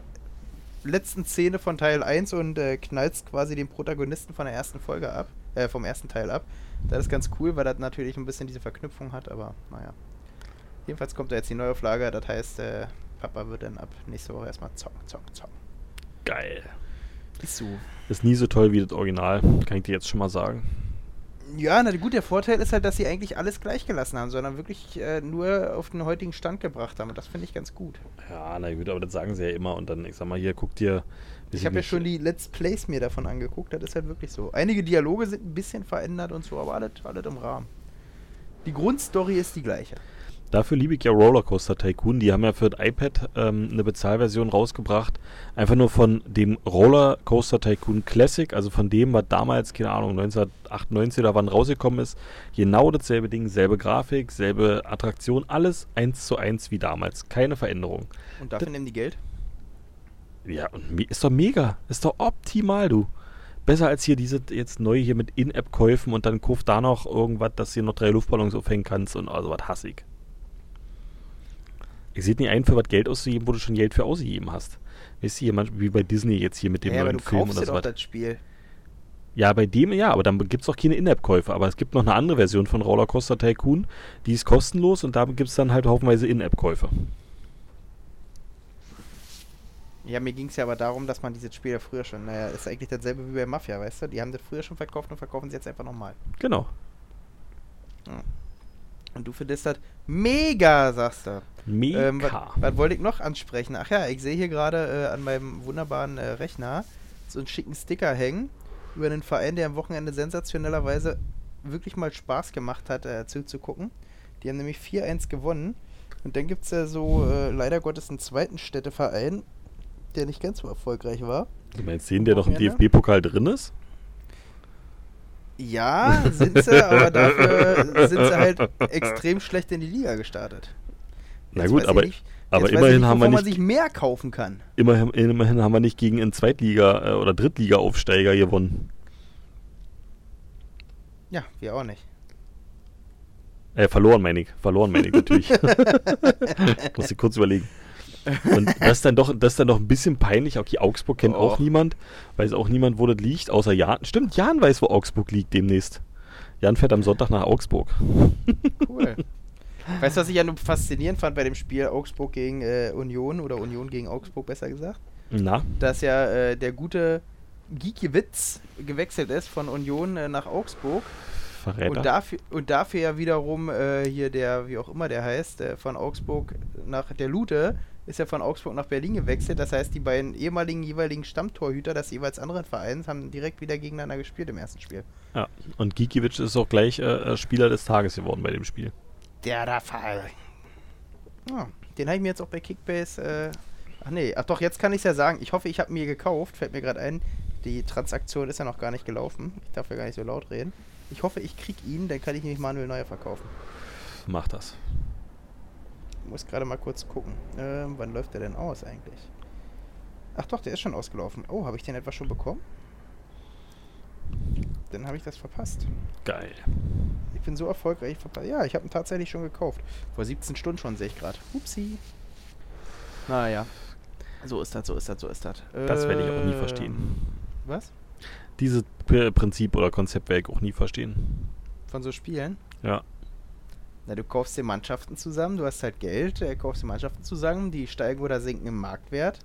letzten Szene von Teil 1 und äh, knallst quasi den Protagonisten von der ersten Folge ab, äh, vom ersten Teil ab. Das ist ganz cool, weil das natürlich ein bisschen diese Verknüpfung hat, aber naja. Jedenfalls kommt da jetzt die Neuauflage, das heißt, äh, Papa wird dann ab nächste Woche erstmal zocken, zocken, zocken. Geil. Ist so. Ist nie so toll wie das Original, kann ich dir jetzt schon mal sagen. Ja, na gut, der Vorteil ist halt, dass sie eigentlich alles gleich gelassen haben, sondern wirklich äh, nur auf den heutigen Stand gebracht haben. Und das finde ich ganz gut. Ja, na gut, aber das sagen sie ja immer. Und dann, ich sag mal, hier, guck dir. Ich habe ja schon die Let's Plays mir davon angeguckt, das ist halt wirklich so. Einige Dialoge sind ein bisschen verändert und so, aber alles, alles im Rahmen. Die Grundstory ist die gleiche. Dafür liebe ich ja Rollercoaster Tycoon. Die haben ja für das iPad ähm, eine Bezahlversion rausgebracht. Einfach nur von dem Rollercoaster Tycoon Classic, also von dem, was damals, keine Ahnung, 1998 oder wann rausgekommen ist. Genau dasselbe Ding, selbe Grafik, selbe Attraktion, alles eins zu eins wie damals. Keine Veränderung. Und dafür Das- nehmen die Geld? Ja, und me- ist doch mega. Ist doch optimal, du. Besser als hier diese jetzt neu hier mit In-App-Käufen und dann kauft da noch irgendwas, dass hier noch drei Luftballons aufhängen kannst und also was hassig. Ich sehe nicht ein, für was Geld auszugeben, wo du schon Geld für ausgegeben hast. Weißt du, hier manch- wie bei Disney jetzt hier mit dem ja, aber neuen du Film kaufst oder dir so doch was. das Spiel. Ja, bei dem ja, aber dann gibt es auch keine In-App-Käufe. Aber es gibt noch eine andere Version von Rollercoaster Tycoon, die ist kostenlos und da gibt es dann halt haufenweise In-App-Käufe. Ja, mir ging es ja aber darum, dass man dieses Spiel ja früher schon, naja, ist eigentlich dasselbe wie bei Mafia, weißt du? Die haben das früher schon verkauft und verkaufen es jetzt einfach nochmal. Genau. Und du findest das mega, sagst du. Mega. Ähm, was, was wollte ich noch ansprechen? Ach ja, ich sehe hier gerade äh, an meinem wunderbaren äh, Rechner so einen schicken Sticker hängen über einen Verein, der am Wochenende sensationellerweise wirklich mal Spaß gemacht hat, äh, zuzugucken. Die haben nämlich 4-1 gewonnen. Und dann gibt es ja so, äh, leider Gottes, einen zweiten Städteverein, der nicht ganz so erfolgreich war. du meinst den, der noch im Wochenende? DFB-Pokal drin ist? Ja, sind sie, aber dafür sind sie halt extrem schlecht in die Liga gestartet. Na Jetzt gut, weiß ich aber, nicht- aber jetzt weiß ich immerhin, haben wir wovon man nicht, sich mehr kaufen kann. immerhin, immerhin haben wir nicht gegen einen Zweitliga- äh, oder Drittliga-Aufsteiger gewonnen. Ja, wir auch nicht. Äh, verloren, meine ich. Verloren, meine ich natürlich. Muss ich kurz überlegen. Und das ist dann doch, das ist dann doch ein bisschen peinlich. Okay, Augsburg kennt auch Oh. niemand. Weiß auch niemand, wo das liegt, außer Jan. Stimmt, Jan weiß, wo Augsburg liegt demnächst. Jan fährt am Sonntag nach Augsburg. Cool. weißt du, was ich ja nur faszinierend fand bei dem Spiel Augsburg gegen äh, Union oder Union gegen Augsburg besser gesagt? Na, Dass ja äh, der gute Gikiewicz gewechselt ist von Union äh, nach Augsburg Verräter. und dafür, und dafür ja wiederum äh, hier der, wie auch immer der heißt, äh, von Augsburg nach der Lute ist ja von Augsburg nach Berlin gewechselt. Das heißt, die beiden ehemaligen jeweiligen Stammtorhüter des jeweils anderen Vereins haben direkt wieder gegeneinander gespielt im ersten Spiel. ja. Und Gikiewicz ist auch gleich äh, äh, Spieler des Tages geworden bei dem Spiel. Der Rafael. Ah, den habe ich mir jetzt auch bei Kickbase. Äh, ach nee, ach doch, jetzt kann ich es ja sagen. Ich hoffe, ich habe mir gekauft. Fällt mir gerade ein. Die Transaktion ist ja noch gar nicht gelaufen. Ich darf ja gar nicht so laut reden. Ich hoffe, ich krieg ihn, dann kann ich nämlich Manuel Neuer verkaufen. Mach das. Muss gerade mal kurz gucken. Ähm, wann läuft der denn aus eigentlich? Ach doch, der ist schon ausgelaufen. Oh, habe ich den etwa schon bekommen? Dann habe ich das verpasst. Geil. Ich bin so erfolgreich. verpa- Ja, ich habe ihn tatsächlich schon gekauft. Vor 17 Stunden schon, sehe ich gerade. Upsi. Naja. So ist das, so ist das, so ist das. Äh, Das werde ich auch nie verstehen. Was? Dieses P- Prinzip oder Konzept werde ich auch nie verstehen. von so Spielen? Ja. Na, du kaufst dir Mannschaften zusammen, du hast halt Geld, äh, kaufst dir Mannschaften zusammen, die steigen oder sinken im Marktwert.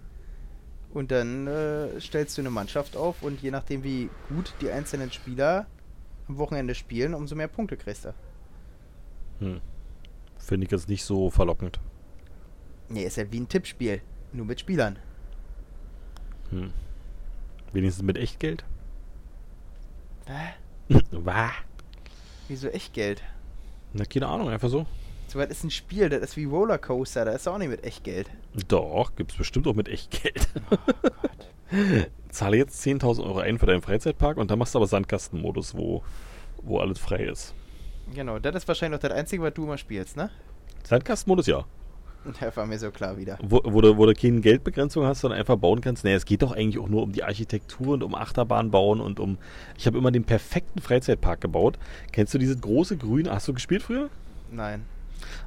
Und dann äh, stellst du eine Mannschaft auf und je nachdem, wie gut die einzelnen Spieler am Wochenende spielen, umso mehr Punkte kriegst du. Hm. Finde ich jetzt nicht so verlockend. Nee, ist ja wie ein Tippspiel, nur mit Spielern. Hm. Wenigstens mit Echtgeld? Hä? Wah. Wieso Echtgeld? Na, keine Ahnung, einfach so. So was ist ein Spiel, das ist wie Rollercoaster, da ist auch nicht mit Echtgeld. Doch, gibt's bestimmt auch mit Echtgeld. Zahle jetzt 10.000 Euro ein für deinen Freizeitpark und dann machst du aber Sandkastenmodus, wo, wo alles frei ist. Genau, das ist wahrscheinlich noch das Einzige, was du immer spielst, ne? Sandkastenmodus, ja. Da war mir so klar wieder. Wo, wo, du, wo du keine Geldbegrenzung hast, sondern einfach bauen kannst. Naja, es geht doch eigentlich auch nur um die Architektur und um Achterbahn bauen und um. Ich habe immer den perfekten Freizeitpark gebaut. Kennst du dieses große Grün? Hast du gespielt früher? Nein.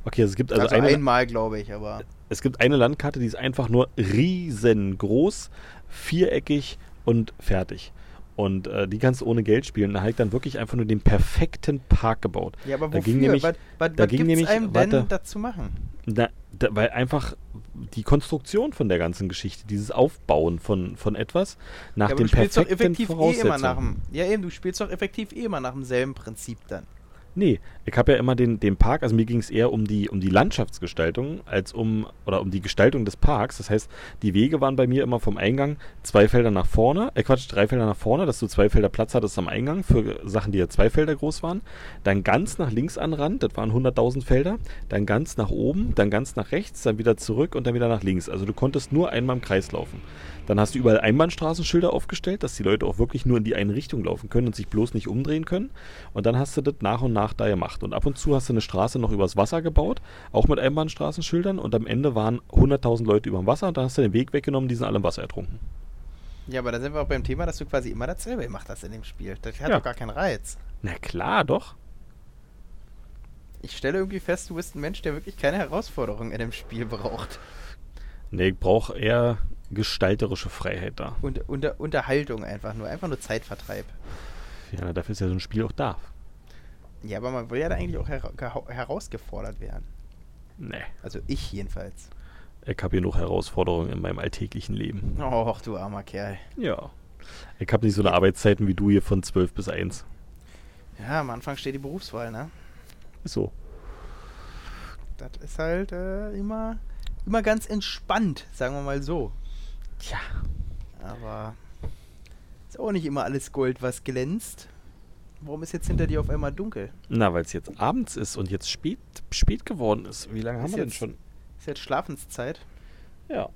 Okay, also es gibt also, Also, eine. einmal, glaube ich, aber. Es gibt eine Landkarte, die ist einfach nur riesengroß, viereckig und fertig. Und äh, die kannst du ohne Geld spielen. Da habe ich dann wirklich einfach nur den perfekten Park gebaut. Ja, aber wofür? Da ging nämlich- was was, da was ging gibt's nämlich- einem warte. denn dazu machen? Da, da, weil einfach die Konstruktion von der ganzen Geschichte, dieses Aufbauen von, von etwas nach ja, aber den du spielst doch perfekten effektiv eh immer Voraussetzungen. nach dem. Ja, eben, du spielst doch effektiv eh immer nach demselben Prinzip dann. Nee, ich habe ja immer den, den Park, also mir ging es eher um die, um die Landschaftsgestaltung als um, oder um die Gestaltung des Parks. Das heißt, die Wege waren bei mir immer vom Eingang zwei Felder nach vorne, äh Quatsch, drei Felder nach vorne, dass du zwei Felder Platz hattest am Eingang für Sachen, die ja zwei Felder groß waren. Dann ganz nach links an den Rand, das waren 100.000 Felder. Dann ganz nach oben, dann ganz nach rechts, dann wieder zurück und dann wieder nach links. Also du konntest nur einmal im Kreis laufen. Dann hast du überall Einbahnstraßenschilder aufgestellt, dass die Leute auch wirklich nur in die eine Richtung laufen können und sich bloß nicht umdrehen können. Und dann hast du das nach und nach da gemacht. Und ab und zu hast du eine Straße noch übers Wasser gebaut, auch mit Einbahnstraßenschildern. Und am Ende waren 100.000 Leute über dem Wasser. Und dann hast du den Weg weggenommen, die sind alle im Wasser ertrunken. Ja, aber da sind wir auch beim Thema, dass du quasi immer dasselbe machst das in dem Spiel. Das hat Ja. doch gar keinen Reiz. Na klar, doch. Ich stelle irgendwie fest, du bist ein Mensch, der wirklich keine Herausforderung in dem Spiel braucht. Nee, ich brauche eher gestalterische Freiheit da. Und unter, Unterhaltung einfach nur. Einfach nur Zeitvertreib. Ja, na, dafür ist ja so ein Spiel auch da. Ja, aber man will ja da eigentlich auch hera geha- herausgefordert werden. Nee, Also ich jedenfalls. ich habe genug Herausforderungen in meinem alltäglichen Leben. Och, du armer Kerl. Ja. Ich habe nicht so eine Arbeitszeiten wie du hier von 12 bis 1. Ja, am Anfang steht die Berufswahl, ne? Ist so. Das ist halt äh, immer, immer ganz entspannt, sagen wir mal so. Tja. Aber ist auch nicht immer alles Gold, was glänzt. Warum ist jetzt hinter dir auf einmal dunkel? Na, weil es jetzt abends ist und jetzt spät, spät geworden ist. Wie lange Ist haben wir denn jetzt- schon? Ist jetzt Schlafenszeit? Ja.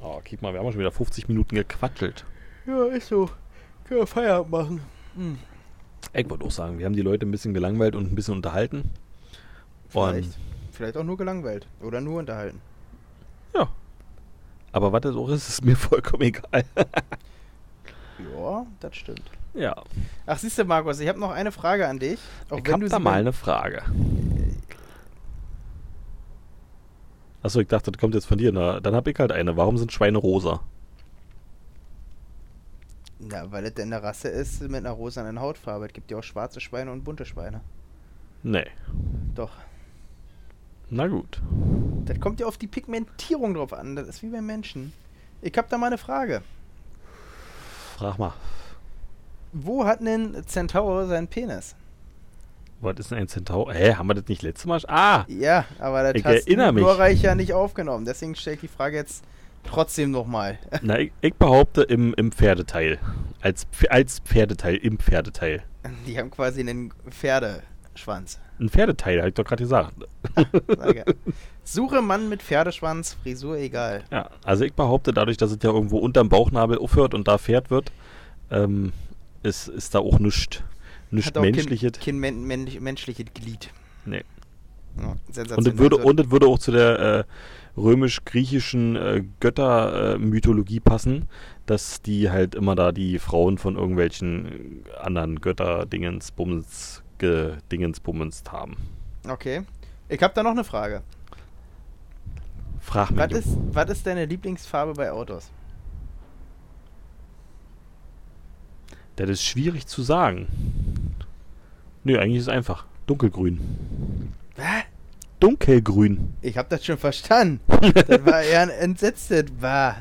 Oh, guck mal, wir haben schon wieder 50 Minuten gequattelt. Ja, ist so. Können wir Feierabend machen. Hm, Ich wollte auch sagen, wir haben die Leute ein bisschen gelangweilt und ein bisschen unterhalten. Vielleicht. Vielleicht auch nur gelangweilt. Oder nur unterhalten. Ja. Aber was das auch ist, ist mir vollkommen egal. Ja, das stimmt. ja. Ach, siehst du, Markus, ich habe noch eine Frage an dich. Auch ich habe da sie mal beim- eine Frage. Achso, ich dachte, das kommt jetzt von dir. Na, dann habe ich halt eine. Warum sind Schweine rosa? Na, weil es denn eine Rasse ist mit einer rosanen Hautfarbe. Es gibt ja auch schwarze Schweine und bunte Schweine. Nee. Doch. Na gut. Das kommt ja auf die Pigmentierung drauf an. Das ist wie beim Menschen. Ich habe da mal eine Frage. Frag mal, Wo hat denn Centaur seinen Penis? was ist denn ein Zentaur? Hä, haben wir das nicht letztes Mal? sch- Ah! Ja, aber das Ich hast erinnere du mich. glorreich ja nicht aufgenommen. Deswegen stelle ich die Frage jetzt trotzdem nochmal. Na, ich, ich behaupte im, im Pferdeteil. Als, Pf- als Pferdeteil, im Pferdeteil. Die haben quasi einen Pferdeschwanz. Ein Pferdeteil, habe ich doch gerade gesagt. Sage. Suche Mann mit Pferdeschwanz, Frisur egal. Ja, also ich behaupte, dadurch, dass es ja irgendwo unterm Bauchnabel aufhört und da Pferd wird, ähm, ist, ist da auch nichts nicht auch Menschliches. Kein, kein men mensch menschliches Glied. Nee. Ja, Und sensationell. es würde, Also, und es würde auch zu der äh, römisch-griechischen äh, Göttermythologie passen, dass die halt immer da die Frauen von irgendwelchen äh, anderen Götter-Dingensbummens ge- Dingensbummens haben. okay. Ich habe da noch eine Frage. Frag Was mich. ist, was ist deine Lieblingsfarbe bei Autos? Das ist schwierig zu sagen. Nö, eigentlich ist es einfach. Dunkelgrün. Hä? Dunkelgrün. Ich habe das schon verstanden. Das war eher ein entsetztes. War.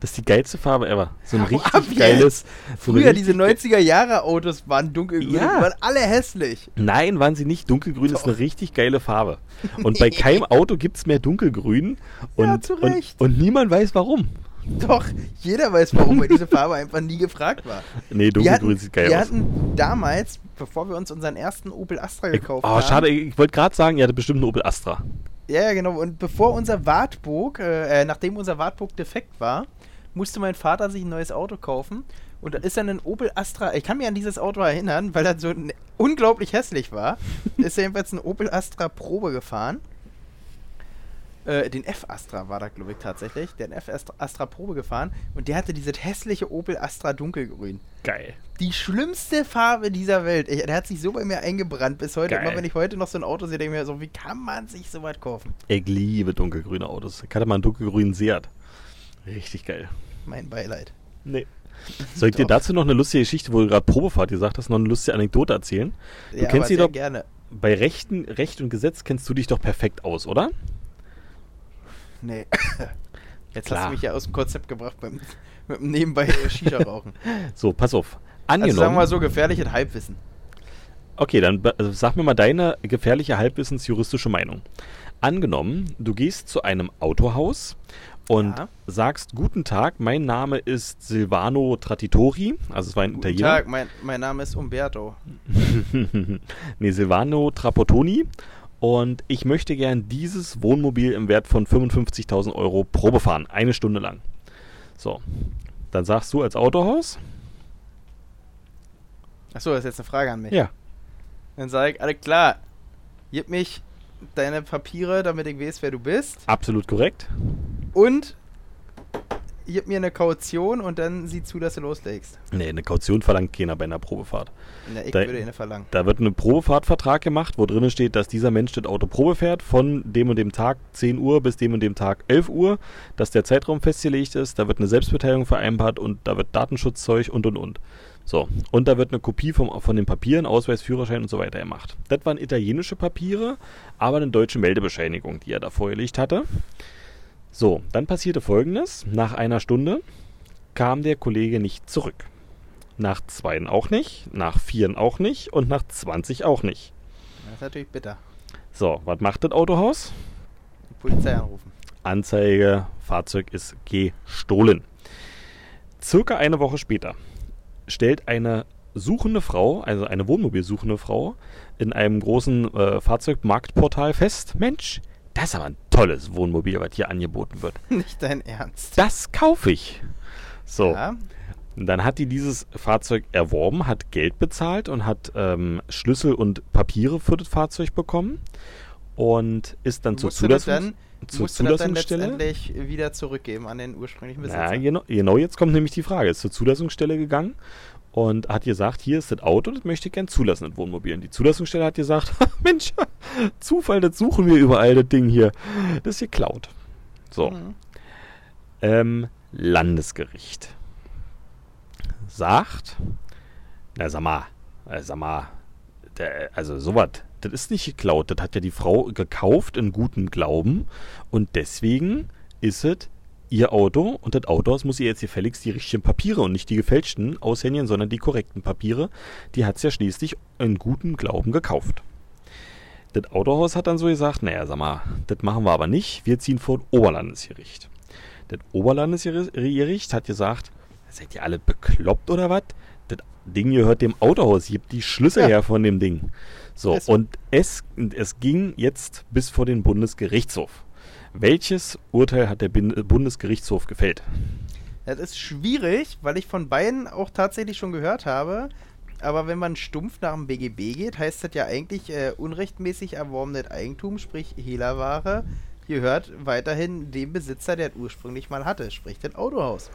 Das ist die geilste Farbe ever. So ein Hau richtig ab jetzt. geiles. So ein Früher richtig diese 90er Jahre Autos waren dunkelgrün, Ja. die waren alle hässlich. Nein, waren sie nicht. Dunkelgrün ist eine richtig geile Farbe. Und bei keinem Auto gibt es mehr Dunkelgrün. Und, Ja, zu Recht. Und, und niemand weiß warum. Doch, jeder weiß, warum weil diese Farbe einfach nie gefragt war. Nee, Wir dunkelgrün hatten, sieht geil wir aus. hatten damals, bevor wir uns unseren ersten Opel Astra Ich, gekauft oh, haben. schade, ich, ich wollte gerade sagen, ihr hattet bestimmt einen Opel Astra. Ja, ja, genau. Und bevor unser Wartburg, äh, äh, nachdem unser Wartburg defekt war, musste mein Vater sich ein neues Auto kaufen. Und da ist dann ein Opel Astra. Ich kann mich an dieses Auto erinnern, weil das so n- unglaublich hässlich war. ist er jedenfalls ein Opel Astra Probe gefahren. Äh, den F Astra war da, glaube ich, tatsächlich. Den F Astra, Astra Probe gefahren. Und der hatte dieses hässliche Opel Astra dunkelgrün. Geil. Die schlimmste Farbe dieser Welt. Ich, der hat sich so bei mir eingebrannt bis heute. Geil. Immer wenn ich heute noch so ein Auto sehe, denke ich mir so, wie kann man sich so was kaufen? Ich liebe dunkelgrüne Autos. Ich hatte mal einen dunkelgrünen Seat. Richtig geil. Mein Beileid. Nee. Soll ich dir Doch. dazu noch eine lustige Geschichte, wo du gerade Probefahrt gesagt hast, noch eine lustige Anekdote erzählen? Du ja, kennst aber sie sehr doch- gerne. Bei Rechten, Recht und Gesetz kennst du dich doch perfekt aus, oder? Nee. Jetzt hast Klar. du mich ja aus dem Konzept gebracht beim, mit dem nebenbei äh, Shisha rauchen. So, pass auf. Also Angenommen. sagen wir mal so, gefährliches Halbwissen. Okay, dann be- also sag mir mal deine gefährliche halbwissensjuristische Meinung. Angenommen, du gehst zu einem Autohaus und Ja. sagst, guten Tag, mein Name ist Silvano Traditori. Also es war ein Guten Italiener. Tag, mein, mein Name ist Umberto. nee, Silvano Trapattoni. Und ich möchte gern dieses Wohnmobil im Wert von 55.000 Euro Probe fahren. Eine Stunde lang. So. Dann sagst du als Autohaus? Achso, das ist jetzt eine Frage an mich. Ja. Dann sage ich, alles klar, gib mich deine Papiere, damit ich weiß, wer du bist. Absolut korrekt. Und gib mir eine Kaution und dann sieh zu, dass du loslegst. Nee, eine Kaution verlangt keiner bei einer Probefahrt. Na, ich Da- würde eine verlangen. Da wird ein Probefahrtvertrag gemacht, wo drinnen steht, dass dieser Mensch das Auto Probe fährt von dem und dem Tag 10 Uhr bis dem und dem Tag 11 Uhr, dass der Zeitraum festgelegt ist, da wird eine Selbstbeteiligung vereinbart und da wird Datenschutzzeug und und und. So, und da wird eine Kopie vom, von den Papieren, Ausweis, Führerschein und so weiter gemacht. Das waren italienische Papiere, aber eine deutsche Meldebescheinigung, die er da vorgelegt hatte. So, dann passierte folgendes. Nach einer Stunde kam der Kollege nicht zurück. Nach zweien auch nicht, nach vieren auch nicht und nach 20 auch nicht. Das ist natürlich bitter. So, was macht das Autohaus? Die Polizei anrufen. Anzeige, Fahrzeug ist gestohlen. Circa eine Woche später stellt eine suchende Frau, also eine Wohnmobilsuchende Frau, in einem großen äh, Fahrzeugmarktportal fest, Mensch, das ist aber ein tolles Wohnmobil, was hier angeboten wird. Nicht dein Ernst. Das kaufe ich. So, Ja? Und Dann hat die dieses Fahrzeug erworben, hat Geld bezahlt und hat ähm, Schlüssel und Papiere für das Fahrzeug bekommen und ist dann zur Musst du das Zulassungs dann- zur musst du das dann Zulassungsstelle. letztendlich wieder zurückgeben an den ursprünglichen Besitzer. Na, genau, genau, jetzt kommt nämlich die Frage. Ist zur Zulassungsstelle gegangen und hat gesagt, hier ist das Auto, das möchte ich gern zulassen, das Wohnmobil. Und die Zulassungsstelle hat gesagt, Mensch, Zufall, das suchen wir überall, das Ding hier. Das ist geklaut. So. Mhm. Ähm, Landesgericht sagt, na sag mal, äh, sag mal, der, also sowas, das ist nicht geklaut, das hat ja die Frau gekauft in gutem Glauben und deswegen ist es ihr Auto und das Auto, das muss ihr jetzt gefälligst die richtigen Papiere und nicht die gefälschten aushändigen, sondern die korrekten Papiere, die hat es ja schließlich in gutem Glauben gekauft. Das Autohaus hat dann so gesagt, naja, sag mal, das machen wir aber nicht, wir ziehen vor das Oberlandesgericht. Das Oberlandesgericht hat gesagt, seid ihr alle bekloppt oder was? Das Ding gehört dem Autohaus, ihr habt die Schlüssel Ja. her von dem Ding. So, Ist so. und es, und es ging jetzt bis vor den Bundesgerichtshof. Welches Urteil hat der Bin- äh, Bundesgerichtshof gefällt? Das ist schwierig, weil ich von beiden auch tatsächlich schon gehört habe. Aber wenn man stumpf nach dem BGB geht, heißt das ja eigentlich äh, unrechtmäßig erworbenes Eigentum, sprich Hehlerware, gehört weiterhin dem Besitzer, der es ursprünglich mal hatte, sprich dem Autohaus.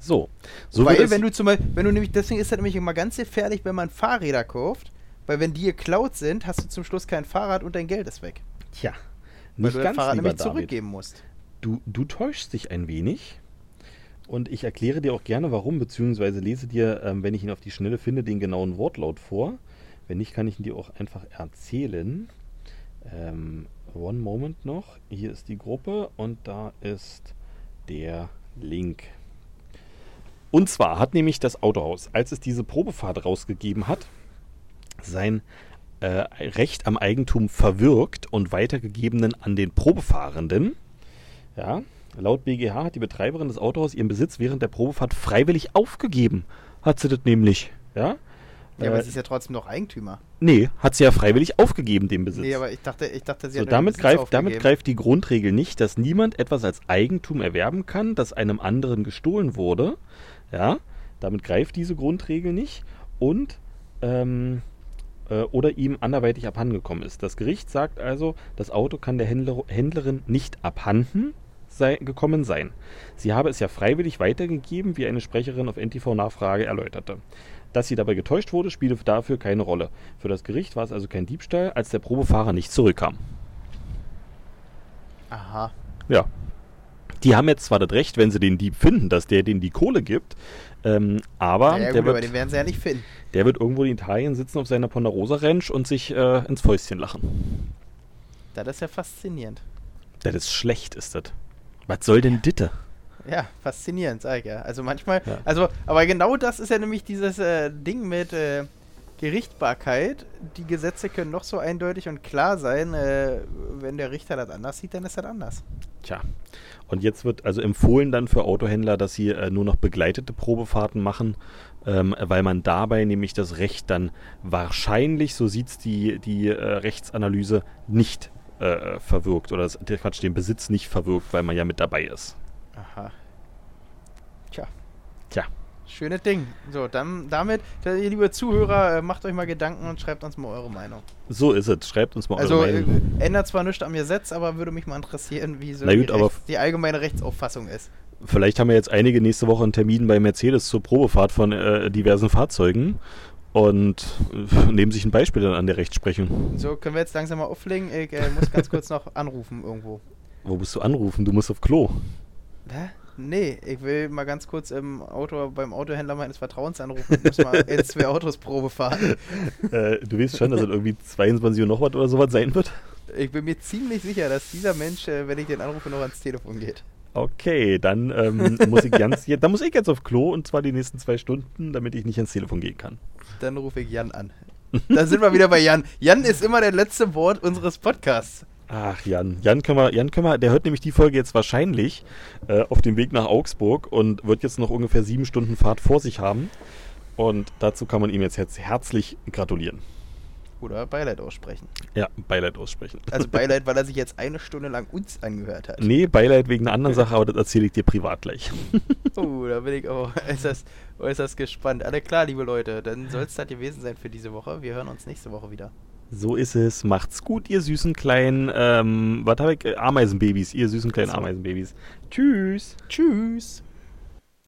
So, so wird weil es- wenn du zum Beispiel, wenn du nämlich, deswegen ist das nämlich immer ganz gefährlich, wenn man Fahrräder kauft, weil wenn die geklaut sind, hast du zum Schluss kein Fahrrad und dein Geld ist weg. Tja, Weil nicht du dein ganz Fahrrad lieber nämlich David. zurückgeben musst. Du, du täuschst dich ein wenig und ich erkläre dir auch gerne warum, beziehungsweise lese dir, ähm, wenn ich ihn auf die Schnelle finde, den genauen Wortlaut vor. Wenn nicht, kann ich ihn dir auch einfach erzählen. Ähm, one moment noch. Hier ist die Gruppe und da ist der Link. Und zwar hat nämlich das Autohaus, als es diese Probefahrt rausgegeben hat, sein äh, Recht am Eigentum verwirkt und weitergegebenen an den Probefahrenden. Ja, laut BGH hat die Betreiberin des Autohauses ihren Besitz während der Probefahrt freiwillig aufgegeben. Hat sie das nämlich, ja? Ja, aber Äh, es ist ja trotzdem noch Eigentümer. Nee, hat sie ja freiwillig aufgegeben, den Besitz. Nee, aber ich dachte, ich dachte sie So, hat ihren damit Besitz greift, damit aufgegeben. greift die Grundregel nicht, dass niemand etwas als Eigentum erwerben kann, das einem anderen gestohlen wurde. Ja, damit greift diese Grundregel nicht und ähm, äh, oder ihm anderweitig abhandengekommen ist. Das Gericht sagt also, das Auto kann der Händler, Händlerin nicht abhanden sei, gekommen sein. Sie habe es ja freiwillig weitergegeben, wie eine Sprecherin auf NTV-Nachfrage erläuterte. Dass sie dabei getäuscht wurde, spielte dafür keine Rolle. Für das Gericht war es also kein Diebstahl, als der Probefahrer nicht zurückkam. Aha. Ja. Die haben jetzt zwar das Recht, wenn sie den Dieb finden, dass der denen die Kohle gibt, ähm, aber Naja, der, gut, aber wird, den werden sie ja nicht finden. der wird irgendwo in Italien sitzen auf seiner Ponderosa Ranch und sich äh, ins Fäustchen lachen. Das ist ja faszinierend. Das ist schlecht, ist das. Was soll denn Ditte? Ja, faszinierend, sag ich ja. Also manchmal, Ja. also, aber genau das ist ja nämlich dieses äh, Ding mit äh, Gerichtbarkeit. Die Gesetze können noch so eindeutig und klar sein. Äh, wenn der Richter das anders sieht, dann ist das anders. Tja. Und jetzt wird also empfohlen dann für Autohändler, dass sie äh, nur noch begleitete Probefahrten machen, ähm, weil man dabei nämlich das Recht dann wahrscheinlich, so sieht es die, die äh, Rechtsanalyse, nicht äh, verwirkt oder das, der Quatsch, den Besitz nicht verwirkt, weil man ja mit dabei ist. Aha. Tja. Tja. Schönes Ding. So, dann damit, da, ihr liebe Zuhörer, äh, macht euch mal Gedanken und schreibt uns mal eure Meinung. So ist es. Schreibt uns mal Also eure äh, Meinung. ändert zwar nichts am Gesetz, aber würde mich mal interessieren, wie so Na gut, die, aber- Rechts- die allgemeine Rechtsauffassung ist. Vielleicht haben wir jetzt einige nächste Woche einen Termin bei Mercedes zur Probefahrt von äh, diversen Fahrzeugen und äh, nehmen sich ein Beispiel dann an der Rechtsprechung. So, können wir jetzt langsam mal auflegen? Ich äh, muss ganz kurz noch anrufen irgendwo. Wo musst du anrufen? Du musst auf Klo. Hä? Nee, ich will mal ganz kurz im Auto, beim Autohändler meines Vertrauens anrufen. Ich muss mal in zwei Autos Probe fahren. Äh, du weißt schon, dass es irgendwie 22 Uhr noch was oder sowas sein wird? Ich bin mir ziemlich sicher, dass dieser Mensch, äh, wenn ich den anrufe, noch ans Telefon geht. Okay, dann ähm, muss ich ganz, jetzt, dann muss ich jetzt auf Klo und zwar die nächsten zwei Stunden, damit ich nicht ans Telefon gehen kann. Dann rufe ich Jan an. Da sind wir wieder bei Jan. Jan ist immer der letzte Wort unseres Podcasts. Ach, Jan. Jan können wir, Jan können wir, der hört nämlich die Folge jetzt wahrscheinlich äh, auf dem Weg nach Augsburg und wird jetzt noch ungefähr sieben Stunden Fahrt vor sich haben. Und dazu kann man ihm jetzt herz herzlich gratulieren. Oder Beileid aussprechen. Ja, Beileid aussprechen. Also Beileid, weil er sich jetzt eine Stunde lang uns angehört hat. Nee, Beileid wegen einer anderen Sache, aber das erzähle ich dir privat gleich. Oh, da bin ich auch äußerst, äußerst gespannt. Alle klar, liebe Leute, dann soll es das gewesen sein für diese Woche. Wir hören uns nächste Woche wieder. So ist es. Macht's gut, ihr süßen kleinen, ähm, was habe ich? Äh, Ameisenbabys, ihr süßen kleinen Ach so. Ameisenbabys. Tschüss. Tschüss.